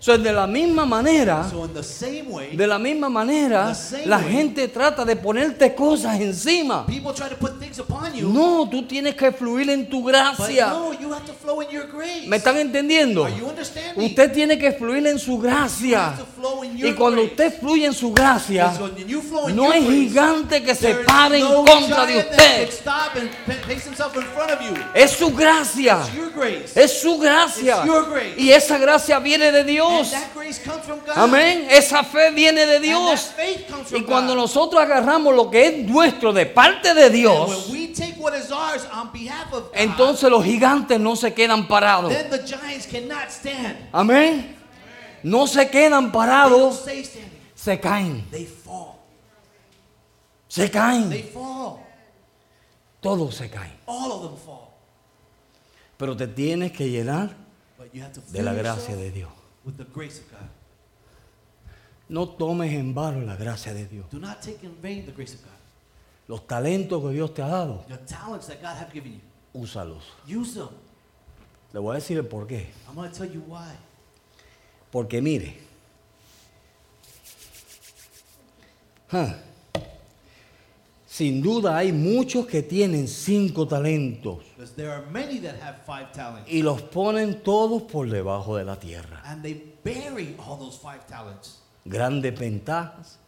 [SPEAKER 3] So, de la misma manera,
[SPEAKER 2] So in the same way,
[SPEAKER 3] de la misma manera, la gente trata de ponerte cosas encima.
[SPEAKER 2] people try to put things upon you,
[SPEAKER 3] No, tú tienes que fluir en tu
[SPEAKER 2] but
[SPEAKER 3] gracia.
[SPEAKER 2] no, you have to flow in your grace.
[SPEAKER 3] ¿Me están entendiendo?
[SPEAKER 2] Are you understanding?
[SPEAKER 3] Usted tiene que fluir en su
[SPEAKER 2] You
[SPEAKER 3] gracia.
[SPEAKER 2] have to flow in your
[SPEAKER 3] Y cuando
[SPEAKER 2] grace.
[SPEAKER 3] usted fluye en su gracia,
[SPEAKER 2] Because when you flow in
[SPEAKER 3] no
[SPEAKER 2] your
[SPEAKER 3] hay
[SPEAKER 2] grace,
[SPEAKER 3] gigante que se
[SPEAKER 2] there is
[SPEAKER 3] pare en
[SPEAKER 2] no
[SPEAKER 3] contra de
[SPEAKER 2] giant that can
[SPEAKER 3] usted.
[SPEAKER 2] stop and pa- place himself in front of you.
[SPEAKER 3] Es su gracia.
[SPEAKER 2] It's your grace.
[SPEAKER 3] Es su gracia.
[SPEAKER 2] It's your grace.
[SPEAKER 3] Y esa gracia viene de
[SPEAKER 2] And
[SPEAKER 3] Dios.
[SPEAKER 2] that grace comes from God.
[SPEAKER 3] Amén. Esa fe viene
[SPEAKER 2] And
[SPEAKER 3] de
[SPEAKER 2] that
[SPEAKER 3] Dios.
[SPEAKER 2] faith comes from
[SPEAKER 3] Y cuando
[SPEAKER 2] God.
[SPEAKER 3] nosotros agarramos lo que es nuestro de parte de
[SPEAKER 2] And
[SPEAKER 3] Dios,
[SPEAKER 2] when we take what is ours on behalf of God,
[SPEAKER 3] entonces los gigantes no se quedan parados.
[SPEAKER 2] then the giants cannot stand.
[SPEAKER 3] Amén. No se quedan
[SPEAKER 2] They don't
[SPEAKER 3] parados,
[SPEAKER 2] stay standing.
[SPEAKER 3] se caen,
[SPEAKER 2] They fall. They
[SPEAKER 3] se caen,
[SPEAKER 2] fall.
[SPEAKER 3] todos se caen.
[SPEAKER 2] All of them fall.
[SPEAKER 3] Pero te tienes que llenar
[SPEAKER 2] But you have to
[SPEAKER 3] de
[SPEAKER 2] fill
[SPEAKER 3] la
[SPEAKER 2] yourself
[SPEAKER 3] gracia de Dios.
[SPEAKER 2] with the grace of God.
[SPEAKER 3] No tomes en vano la gracia de Dios.
[SPEAKER 2] Do not take in vain the grace of God.
[SPEAKER 3] Los talentos que Dios te ha dado,
[SPEAKER 2] The talents that God have given you,
[SPEAKER 3] úsalos.
[SPEAKER 2] use them.
[SPEAKER 3] Le voy a decir el por qué.
[SPEAKER 2] I'm going to tell you why.
[SPEAKER 3] Porque mire, ah, sin duda hay muchos que tienen cinco talentos
[SPEAKER 2] Because there are many that have five talents.
[SPEAKER 3] y los ponen todos por debajo de la tierra.
[SPEAKER 2] And they bury all those five talents.
[SPEAKER 3] Grandes ventajas,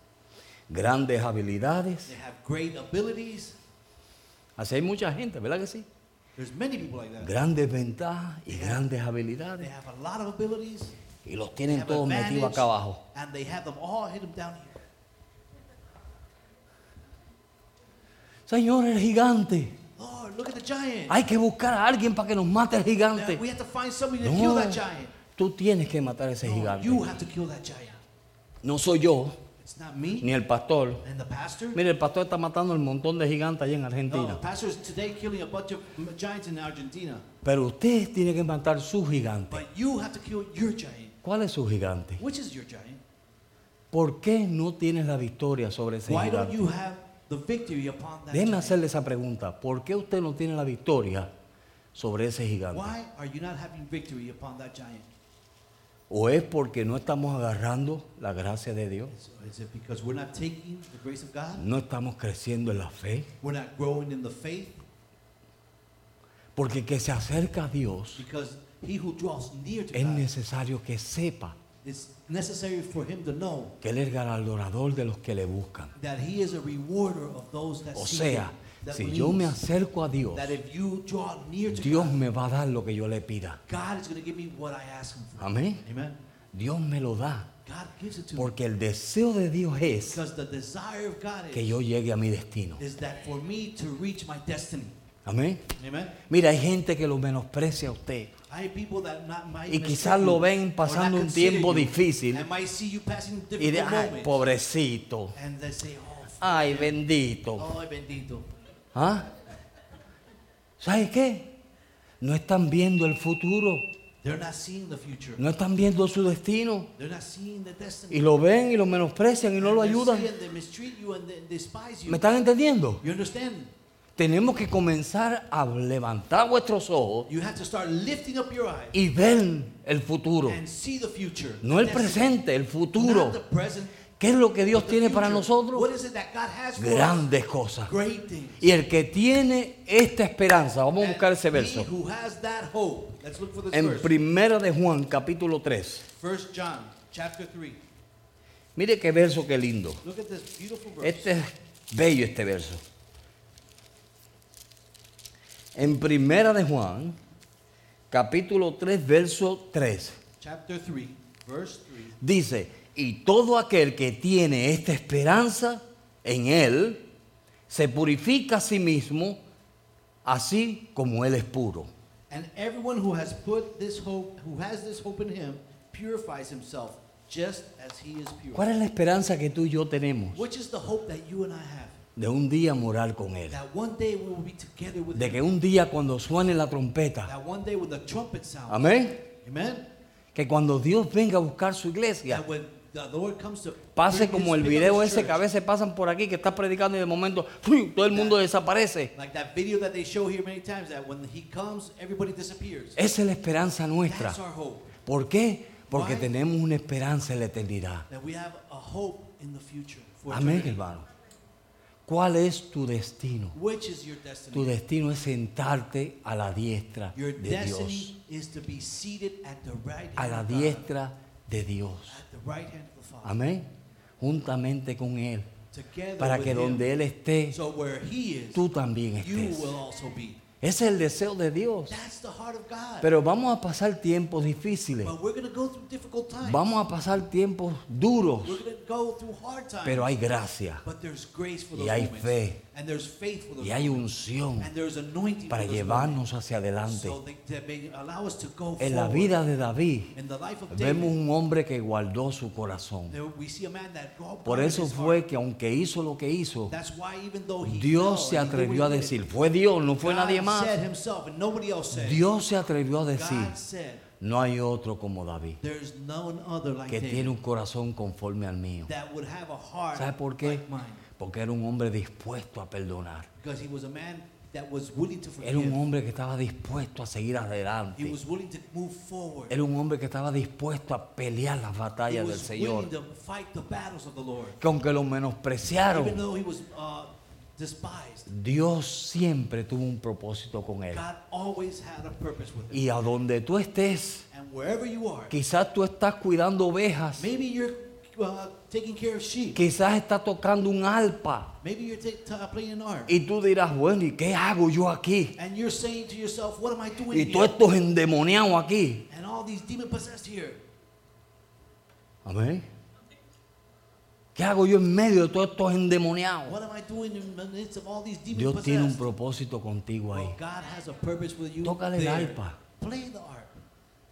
[SPEAKER 3] grandes habilidades.
[SPEAKER 2] They have great abilities.
[SPEAKER 3] Así hay mucha gente, ¿verdad que sí?
[SPEAKER 2] There's many people like that.
[SPEAKER 3] Grandes ventajas y grandes
[SPEAKER 2] They
[SPEAKER 3] habilidades
[SPEAKER 2] have a lot of abilities.
[SPEAKER 3] y los
[SPEAKER 2] They
[SPEAKER 3] tienen
[SPEAKER 2] have
[SPEAKER 3] todos metidos
[SPEAKER 2] advantage,
[SPEAKER 3] acá abajo.
[SPEAKER 2] and they have them all hidden down here.
[SPEAKER 3] Señor, el gigante.
[SPEAKER 2] Lord, look at the giant.
[SPEAKER 3] Hay que buscar a alguien para que nos mate el
[SPEAKER 2] Now,
[SPEAKER 3] gigante.
[SPEAKER 2] we have to find somebody to kill
[SPEAKER 3] No,
[SPEAKER 2] that giant.
[SPEAKER 3] tú tienes que matar a ese
[SPEAKER 2] No,
[SPEAKER 3] gigante.
[SPEAKER 2] you have to kill that giant.
[SPEAKER 3] No soy yo,
[SPEAKER 2] It's not me
[SPEAKER 3] ni el pastor.
[SPEAKER 2] and the pastor.
[SPEAKER 3] Mire, el pastor está matando el montón de gigantes allá en
[SPEAKER 2] No, the
[SPEAKER 3] Argentina.
[SPEAKER 2] pastor is today killing a bunch of m- giants in Argentina.
[SPEAKER 3] Pero usted tiene que matar su gigante.
[SPEAKER 2] But you have to kill your giant.
[SPEAKER 3] ¿Cuál es su gigante?
[SPEAKER 2] Which is your giant?
[SPEAKER 3] ¿Por qué no tienes la victoria sobre ese
[SPEAKER 2] Why don't
[SPEAKER 3] gigante?
[SPEAKER 2] you have the victory upon that
[SPEAKER 3] Déjeme
[SPEAKER 2] giant?
[SPEAKER 3] hacerle esa pregunta. ¿Por qué usted no tiene la victoria sobre ese gigante?
[SPEAKER 2] Why are you not having victory upon that giant?
[SPEAKER 3] ¿O es porque no estamos agarrando la gracia de Dios?
[SPEAKER 2] So is it because we're not taking the grace of God?
[SPEAKER 3] ¿No estamos creciendo en la fe?
[SPEAKER 2] We're not growing in the faith?
[SPEAKER 3] Porque el que se acerca a Dios
[SPEAKER 2] Because he who draws near to
[SPEAKER 3] es
[SPEAKER 2] God,
[SPEAKER 3] necesario que sepa
[SPEAKER 2] it's necessary for him to know
[SPEAKER 3] que Él es el galardoador de los que le buscan.
[SPEAKER 2] that he is a rewarder of those that
[SPEAKER 3] O
[SPEAKER 2] seek
[SPEAKER 3] sea,
[SPEAKER 2] him. That
[SPEAKER 3] si
[SPEAKER 2] means
[SPEAKER 3] yo me acerco a Dios,
[SPEAKER 2] that if you draw near to
[SPEAKER 3] Dios
[SPEAKER 2] God,
[SPEAKER 3] me va a dar lo que yo le pida.
[SPEAKER 2] God is going to give me what I ask him for.
[SPEAKER 3] Amén.
[SPEAKER 2] Amen.
[SPEAKER 3] Dios me lo da.
[SPEAKER 2] God gives it to me
[SPEAKER 3] Porque el deseo de Dios es
[SPEAKER 2] because the desire of God
[SPEAKER 3] que
[SPEAKER 2] is,
[SPEAKER 3] yo llegue a mi destino.
[SPEAKER 2] is that for me to reach my destiny.
[SPEAKER 3] Amén.
[SPEAKER 2] Amen.
[SPEAKER 3] Mira, hay gente que lo menosprecia a usted.
[SPEAKER 2] I have people that not might
[SPEAKER 3] Y
[SPEAKER 2] mistake
[SPEAKER 3] quizás lo
[SPEAKER 2] you
[SPEAKER 3] ven
[SPEAKER 2] or not
[SPEAKER 3] pasando un
[SPEAKER 2] consider
[SPEAKER 3] tiempo
[SPEAKER 2] you
[SPEAKER 3] difícil.
[SPEAKER 2] and might see you passing
[SPEAKER 3] Y de,
[SPEAKER 2] difficult
[SPEAKER 3] ay,
[SPEAKER 2] moments.
[SPEAKER 3] pobrecito.
[SPEAKER 2] And they say, oh, f-
[SPEAKER 3] Ay, bendito.
[SPEAKER 2] ay, bendito.
[SPEAKER 3] ¿Ah? ¿Sabes qué? No están viendo el futuro.
[SPEAKER 2] They're not seeing the future.
[SPEAKER 3] No están viendo su destino.
[SPEAKER 2] They're not seeing the destiny.
[SPEAKER 3] Y lo ven y lo menosprecian y no
[SPEAKER 2] And
[SPEAKER 3] lo
[SPEAKER 2] they
[SPEAKER 3] ayudan.
[SPEAKER 2] see and They mistreat you and they despise you.
[SPEAKER 3] ¿Me están entendiendo?
[SPEAKER 2] You understand?
[SPEAKER 3] Tenemos que comenzar a levantar vuestros ojos
[SPEAKER 2] You have to start lifting up your eyes
[SPEAKER 3] y ver el futuro.
[SPEAKER 2] and see the future.
[SPEAKER 3] No el
[SPEAKER 2] That's it.
[SPEAKER 3] presente, el futuro.
[SPEAKER 2] Not the present.
[SPEAKER 3] ¿Qué es lo que Dios
[SPEAKER 2] but the
[SPEAKER 3] tiene para
[SPEAKER 2] future. What
[SPEAKER 3] nosotros?
[SPEAKER 2] is it that God has for us?
[SPEAKER 3] Grandes cosas.
[SPEAKER 2] Great things.
[SPEAKER 3] Y el que tiene esta esperanza, vamos a buscar ese
[SPEAKER 2] And he
[SPEAKER 3] verso.
[SPEAKER 2] who has that hope. Let's look for this
[SPEAKER 3] En
[SPEAKER 2] verse.
[SPEAKER 3] Primera de Juan, capítulo 3.
[SPEAKER 2] First John, chapter 3.
[SPEAKER 3] Mire qué verso, qué lindo.
[SPEAKER 2] Look at this beautiful verse.
[SPEAKER 3] Este es bello este verso. En Primera de Juan, capítulo 3, verso 3.
[SPEAKER 2] Chapter 3, verse 3.
[SPEAKER 3] Dice, y todo aquel que tiene esta esperanza en Él, se purifica a sí mismo, así como Él es puro.
[SPEAKER 2] And everyone who has put this hope, who has this hope in him, purifies himself just as he is pure.
[SPEAKER 3] ¿Cuál es la esperanza que tú y yo tenemos?
[SPEAKER 2] Which is the hope that you and I have?
[SPEAKER 3] De un día morar con Él.
[SPEAKER 2] That one day we will be together with
[SPEAKER 3] De
[SPEAKER 2] him.
[SPEAKER 3] que un día cuando suene la trompeta,
[SPEAKER 2] That one day when the trumpet sounds.
[SPEAKER 3] amén,
[SPEAKER 2] Amen.
[SPEAKER 3] que cuando Dios venga a buscar su iglesia,
[SPEAKER 2] That when The Lord comes to
[SPEAKER 3] Pase
[SPEAKER 2] bring
[SPEAKER 3] como
[SPEAKER 2] his
[SPEAKER 3] el
[SPEAKER 2] people to
[SPEAKER 3] video
[SPEAKER 2] the
[SPEAKER 3] ese que a
[SPEAKER 2] church.
[SPEAKER 3] veces pasan por aquí, que estás predicando y de momento ¡fui! todo el mundo desaparece.
[SPEAKER 2] Like that video that they show here many times that when he comes, everybody disappears.
[SPEAKER 3] Esa es la esperanza nuestra.
[SPEAKER 2] That's our hope.
[SPEAKER 3] ¿Por qué? Porque
[SPEAKER 2] Why?
[SPEAKER 3] tenemos una esperanza en la eternidad.
[SPEAKER 2] That we have a hope in the future. For
[SPEAKER 3] Amén,
[SPEAKER 2] eternity.
[SPEAKER 3] hermano. ¿Cuál es tu destino?
[SPEAKER 2] Which is your destiny?
[SPEAKER 3] Tu destino es sentarte a la diestra
[SPEAKER 2] Your
[SPEAKER 3] de Dios.
[SPEAKER 2] destiny is to be seated at the right hand
[SPEAKER 3] A la
[SPEAKER 2] of God.
[SPEAKER 3] diestra de Dios.
[SPEAKER 2] At the right hand of the Father.
[SPEAKER 3] Amén. Juntamente con Él.
[SPEAKER 2] Together
[SPEAKER 3] Para
[SPEAKER 2] with
[SPEAKER 3] que
[SPEAKER 2] him.
[SPEAKER 3] donde Él esté,
[SPEAKER 2] so where he is,
[SPEAKER 3] tú también
[SPEAKER 2] you
[SPEAKER 3] estés.
[SPEAKER 2] will also be.
[SPEAKER 3] Ese es el deseo de Dios.
[SPEAKER 2] That's the heart of God.
[SPEAKER 3] Pero vamos a pasar tiempos difíciles.
[SPEAKER 2] but we're going to go through difficult times.
[SPEAKER 3] Vamos a pasar tiempos duros.
[SPEAKER 2] We're going to go through hard times.
[SPEAKER 3] Pero hay gracia
[SPEAKER 2] but there's grace for
[SPEAKER 3] Y
[SPEAKER 2] those
[SPEAKER 3] hay
[SPEAKER 2] moments.
[SPEAKER 3] fe.
[SPEAKER 2] And there's faith for those
[SPEAKER 3] y hay
[SPEAKER 2] moments.
[SPEAKER 3] unción
[SPEAKER 2] And there's anointing
[SPEAKER 3] para
[SPEAKER 2] for those moments.
[SPEAKER 3] llevarnos hacia adelante.
[SPEAKER 2] So they, that may allow us to go
[SPEAKER 3] En la
[SPEAKER 2] forward.
[SPEAKER 3] vida de David
[SPEAKER 2] In the life of David,
[SPEAKER 3] vemos un hombre que guardó su corazón.
[SPEAKER 2] there- we see a man that God
[SPEAKER 3] Por
[SPEAKER 2] guarded
[SPEAKER 3] eso
[SPEAKER 2] his
[SPEAKER 3] fue
[SPEAKER 2] heart.
[SPEAKER 3] que aunque hizo lo que hizo,
[SPEAKER 2] That's why even though he
[SPEAKER 3] Dios
[SPEAKER 2] fell
[SPEAKER 3] se
[SPEAKER 2] and he did
[SPEAKER 3] atrevió a
[SPEAKER 2] what he
[SPEAKER 3] decir,
[SPEAKER 2] did,
[SPEAKER 3] fue Dios, no fue
[SPEAKER 2] God
[SPEAKER 3] nadie más.
[SPEAKER 2] said himself and nobody else said.
[SPEAKER 3] Dios se atrevió a decir,
[SPEAKER 2] God said,
[SPEAKER 3] no hay otro como David,
[SPEAKER 2] there's none other like
[SPEAKER 3] que
[SPEAKER 2] David
[SPEAKER 3] tiene un corazón conforme al mío.
[SPEAKER 2] that would have a heart
[SPEAKER 3] ¿Sabe por qué?
[SPEAKER 2] like mine.
[SPEAKER 3] Porque era un hombre dispuesto a perdonar.
[SPEAKER 2] Because he was a man that was willing to forgive.
[SPEAKER 3] Era un hombre que estaba dispuesto a seguir
[SPEAKER 2] he
[SPEAKER 3] adelante.
[SPEAKER 2] was willing to move forward.
[SPEAKER 3] Era un hombre que estaba dispuesto a pelear las
[SPEAKER 2] he
[SPEAKER 3] batallas del
[SPEAKER 2] was willing
[SPEAKER 3] Señor.
[SPEAKER 2] to fight the battles of the Lord.
[SPEAKER 3] Que aunque lo
[SPEAKER 2] Even
[SPEAKER 3] menospreciaron,
[SPEAKER 2] though he was uh, despised,
[SPEAKER 3] Dios siempre tuvo un propósito con él.
[SPEAKER 2] God always had a purpose with him.
[SPEAKER 3] Y a donde tú estés,
[SPEAKER 2] And wherever you are,
[SPEAKER 3] quizás tú estás cuidando ovejas,
[SPEAKER 2] maybe you're uh, taking care of sheep.
[SPEAKER 3] quizás estás tocando un alpa.
[SPEAKER 2] Maybe you're ta- ta- playing an arm.
[SPEAKER 3] Y tú dirás, bueno, ¿y qué hago yo aquí?
[SPEAKER 2] And you're saying to yourself, what am I doing
[SPEAKER 3] Y todos
[SPEAKER 2] here?
[SPEAKER 3] estos endemoniados aquí.
[SPEAKER 2] And all these demon possessed here.
[SPEAKER 3] Amén. ¿Qué hago yo en medio de todos estos endemoniados?
[SPEAKER 2] What am I doing in the midst of all these demon
[SPEAKER 3] Dios tiene un
[SPEAKER 2] possessed?
[SPEAKER 3] propósito contigo
[SPEAKER 2] Well,
[SPEAKER 3] ahí.
[SPEAKER 2] God has a purpose with you.
[SPEAKER 3] Tócale el
[SPEAKER 2] there.
[SPEAKER 3] arpa.
[SPEAKER 2] Play the harp.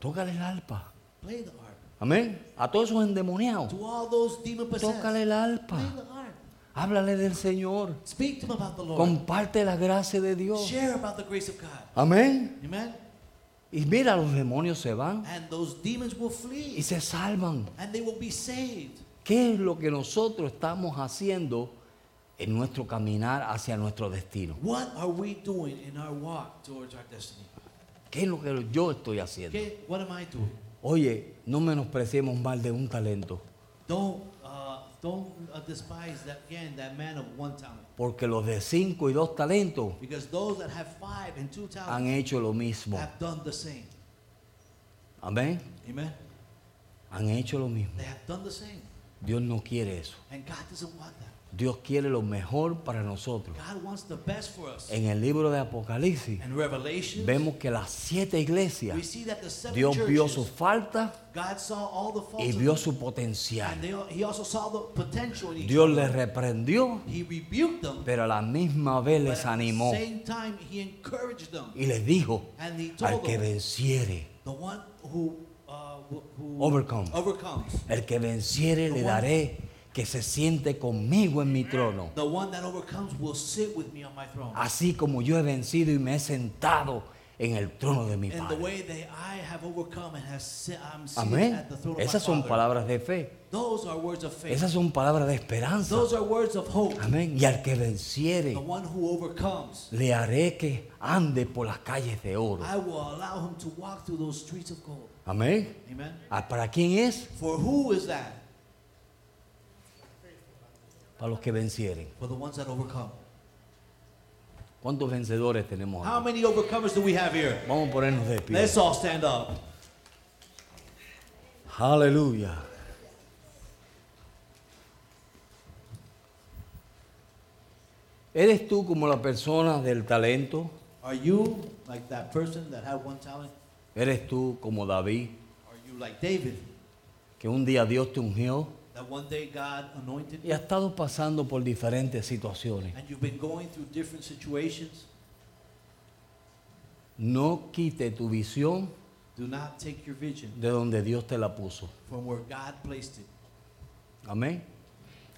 [SPEAKER 3] Tócale el alpa.
[SPEAKER 2] Play the harp.
[SPEAKER 3] Amén. A todos esos endemoniados.
[SPEAKER 2] To all those demon possessed.
[SPEAKER 3] Tócale el
[SPEAKER 2] Play
[SPEAKER 3] alpa.
[SPEAKER 2] the harp.
[SPEAKER 3] Háblale del Señor.
[SPEAKER 2] Speak to them about the Lord.
[SPEAKER 3] Comparte la gracia de Dios.
[SPEAKER 2] Share about the grace of God.
[SPEAKER 3] Amén.
[SPEAKER 2] Amen.
[SPEAKER 3] Y mira, los demonios se van
[SPEAKER 2] And those demons will
[SPEAKER 3] y
[SPEAKER 2] flee.
[SPEAKER 3] se salvan.
[SPEAKER 2] And they will be saved.
[SPEAKER 3] ¿Qué es lo que nosotros estamos haciendo en nuestro caminar hacia nuestro destino?
[SPEAKER 2] What are we doing in our walk towards our destiny?
[SPEAKER 3] ¿Qué es lo que yo estoy haciendo?
[SPEAKER 2] Okay, what am I doing?
[SPEAKER 3] Oye, no menospreciemos mal de un talento,
[SPEAKER 2] Don't uh, don't uh, despise that again that man of one talent
[SPEAKER 3] porque los de cinco y dos talentos
[SPEAKER 2] because those that have five and two
[SPEAKER 3] han
[SPEAKER 2] talents
[SPEAKER 3] hecho lo mismo.
[SPEAKER 2] have done the same.
[SPEAKER 3] Amén.
[SPEAKER 2] Amen.
[SPEAKER 3] Han hecho lo mismo.
[SPEAKER 2] They have done the same,
[SPEAKER 3] Dios no quiere eso.
[SPEAKER 2] and God doesn't want that.
[SPEAKER 3] Dios quiere lo mejor para nosotros.
[SPEAKER 2] God wants the best for us.
[SPEAKER 3] En el libro de Apocalipsis
[SPEAKER 2] And Revelation,
[SPEAKER 3] vemos que las siete
[SPEAKER 2] we
[SPEAKER 3] iglesias,
[SPEAKER 2] see that the seven
[SPEAKER 3] Dios vio
[SPEAKER 2] churches,
[SPEAKER 3] sus faltas
[SPEAKER 2] God saw all the faults,
[SPEAKER 3] y
[SPEAKER 2] of
[SPEAKER 3] vio
[SPEAKER 2] them,
[SPEAKER 3] su
[SPEAKER 2] and
[SPEAKER 3] potencial.
[SPEAKER 2] they, He also saw the potential in each.
[SPEAKER 3] Dios les reprendió,
[SPEAKER 2] He rebuked them,
[SPEAKER 3] pero a la misma vez
[SPEAKER 2] but
[SPEAKER 3] les
[SPEAKER 2] at the
[SPEAKER 3] animó
[SPEAKER 2] same time He encouraged them.
[SPEAKER 3] y les dijo,
[SPEAKER 2] And he told
[SPEAKER 3] al que
[SPEAKER 2] them,
[SPEAKER 3] venciere,
[SPEAKER 2] the one who uh, who who
[SPEAKER 3] Overcome.
[SPEAKER 2] overcomes,
[SPEAKER 3] el que venciere le daré que se siente conmigo en mi trono,
[SPEAKER 2] The one that overcomes will sit with me on my throne.
[SPEAKER 3] así como yo he vencido y me he sentado en el trono de mi
[SPEAKER 2] In the
[SPEAKER 3] Padre.
[SPEAKER 2] way that I have overcome and has sit, I'm seated
[SPEAKER 3] Amén.
[SPEAKER 2] at the throne of
[SPEAKER 3] Esas
[SPEAKER 2] my
[SPEAKER 3] son
[SPEAKER 2] Father.
[SPEAKER 3] palabras de fe,
[SPEAKER 2] Those are words of faith.
[SPEAKER 3] esas son palabras de esperanza.
[SPEAKER 2] Those are words of hope.
[SPEAKER 3] Amén. Y al que venciere
[SPEAKER 2] The one who overcomes,
[SPEAKER 3] le haré que ande por las calles de oro.
[SPEAKER 2] I will allow him to walk through those streets of gold.
[SPEAKER 3] Amén.
[SPEAKER 2] Amen.
[SPEAKER 3] ¿Ah, ¿Para quién es?
[SPEAKER 2] For who is that?
[SPEAKER 3] Para los que vencieren.
[SPEAKER 2] For the ones that overcome.
[SPEAKER 3] ¿Cuántos vencedores tenemos
[SPEAKER 2] How
[SPEAKER 3] aquí?
[SPEAKER 2] many overcomers do we have here?
[SPEAKER 3] Vamos a ponernos de pie.
[SPEAKER 2] Let's all stand up.
[SPEAKER 3] Aleluya. ¿Eres tú como la persona del talento?
[SPEAKER 2] Are you like that person that had one talent?
[SPEAKER 3] ¿Eres tú como David,
[SPEAKER 2] Are you like David,
[SPEAKER 3] que un día Dios te ungió
[SPEAKER 2] that one day God anointed
[SPEAKER 3] y
[SPEAKER 2] you?
[SPEAKER 3] has estado pasando por diferentes situaciones?
[SPEAKER 2] And you've been going through different situations.
[SPEAKER 3] No quite tu visión
[SPEAKER 2] Do not take your vision
[SPEAKER 3] de donde Dios te la puso.
[SPEAKER 2] from where God placed it.
[SPEAKER 3] Amén.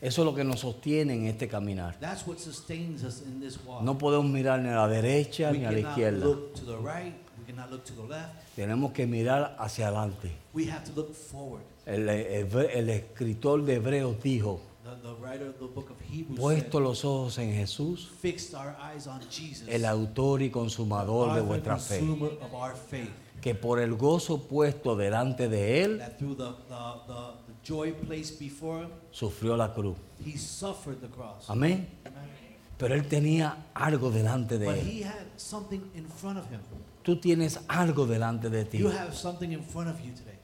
[SPEAKER 3] Eso es lo que nos sostiene en este caminar.
[SPEAKER 2] That's what sustains us in this walk.
[SPEAKER 3] No podemos mirar ni a la derecha
[SPEAKER 2] we
[SPEAKER 3] ni a la
[SPEAKER 2] cannot
[SPEAKER 3] izquierda.
[SPEAKER 2] look to the right We cannot look to the left.
[SPEAKER 3] Tenemos que mirar hacia adelante.
[SPEAKER 2] We have to look forward.
[SPEAKER 3] El, hebre- el escritor de Hebreos dijo,
[SPEAKER 2] The, the writer of the book of Hebrews
[SPEAKER 3] puesto los ojos en Jesús,
[SPEAKER 2] said, fixed our eyes on Jesus,
[SPEAKER 3] el autor y consumador de
[SPEAKER 2] author
[SPEAKER 3] vuestra
[SPEAKER 2] and
[SPEAKER 3] fe,
[SPEAKER 2] consumer of our faith,
[SPEAKER 3] que por el gozo puesto delante de él,
[SPEAKER 2] that through the, the, the, the joy placed before him,
[SPEAKER 3] sufrió la cruz.
[SPEAKER 2] he suffered the cross.
[SPEAKER 3] Amén. Pero él tenía algo delante de
[SPEAKER 2] But
[SPEAKER 3] él.
[SPEAKER 2] he had something in front of him.
[SPEAKER 3] Tú tienes algo delante de ti.
[SPEAKER 2] You have something in front of you today.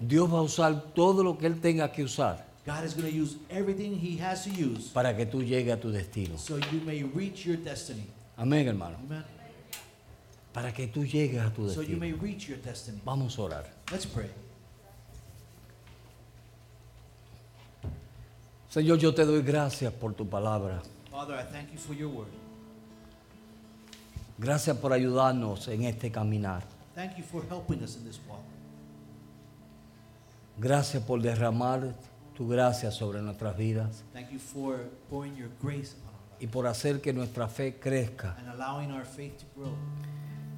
[SPEAKER 3] Dios va a usar todo lo que él tenga que usar
[SPEAKER 2] God is going to use everything he has to use
[SPEAKER 3] para que tú llegues a tu destino.
[SPEAKER 2] so you may reach your destiny.
[SPEAKER 3] Amén, hermano.
[SPEAKER 2] Amen.
[SPEAKER 3] Para que tú llegues a tu
[SPEAKER 2] So you may
[SPEAKER 3] destino.
[SPEAKER 2] reach your destiny.
[SPEAKER 3] Vamos a orar.
[SPEAKER 2] Let's pray.
[SPEAKER 3] Señor, yo te doy gracias por tu palabra.
[SPEAKER 2] Father, I thank you for your word.
[SPEAKER 3] Gracias por ayudarnos en este caminar.
[SPEAKER 2] Thank you for helping us in this walk.
[SPEAKER 3] Gracias por derramar tu gracia sobre nuestras vidas
[SPEAKER 2] Thank you for pouring your grace upon our
[SPEAKER 3] y por hacer que nuestra fe crezca.
[SPEAKER 2] life and allowing our faith to grow.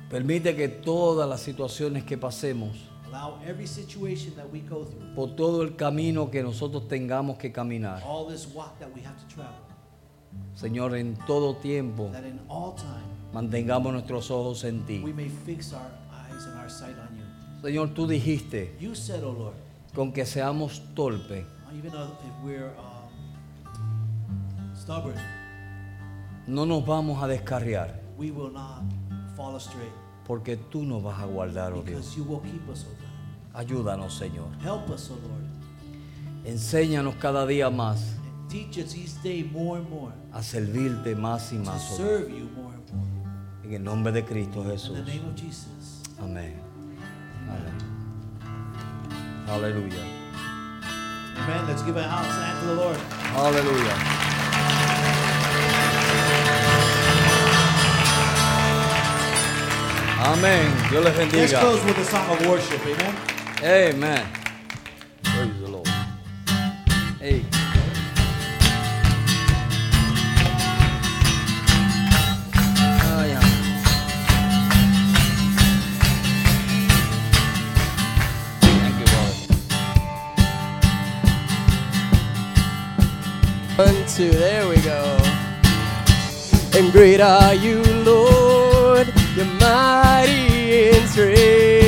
[SPEAKER 3] Permite que todas las situaciones que pasemos,
[SPEAKER 2] Allow every situation that we go through,
[SPEAKER 3] por todo el camino que nosotros tengamos que caminar,
[SPEAKER 2] all this walk that we have to travel,
[SPEAKER 3] Señor, en todo tiempo
[SPEAKER 2] that in all time
[SPEAKER 3] mantengamos nuestros ojos en ti.
[SPEAKER 2] we may fix our eyes and our sight on you.
[SPEAKER 3] Señor, tú dijiste,
[SPEAKER 2] You said, O Lord,
[SPEAKER 3] con que seamos torpes,
[SPEAKER 2] Uh, even though if we're um, stubborn,
[SPEAKER 3] no nos vamos a descarriar,
[SPEAKER 2] we will not fall astray
[SPEAKER 3] porque tú nos vas a guardar, oh Dios.
[SPEAKER 2] because you will keep us, O God.
[SPEAKER 3] Ayúdanos, Señor.
[SPEAKER 2] Help us, O Lord.
[SPEAKER 3] Enséñanos cada día más
[SPEAKER 2] And teach us each day more and more
[SPEAKER 3] a servirte más y
[SPEAKER 2] to
[SPEAKER 3] más. oh Dios.
[SPEAKER 2] serve you more and more.
[SPEAKER 3] En el nombre de Cristo
[SPEAKER 2] In
[SPEAKER 3] Jesús.
[SPEAKER 2] the name of Jesus.
[SPEAKER 3] Amén. Amén. Aleluya.
[SPEAKER 2] Amen. Let's give a house hand to the Lord.
[SPEAKER 3] Aleluya. Amén. Dios les
[SPEAKER 2] Let's
[SPEAKER 3] bendiga.
[SPEAKER 2] close with a song of worship. Amen.
[SPEAKER 3] Amen. Praise the Lord. Hey.
[SPEAKER 4] Oh,
[SPEAKER 3] Ay, amén. Thank you, brother.
[SPEAKER 4] One, two, there we go. And great are you, Lord, you're mighty in strength.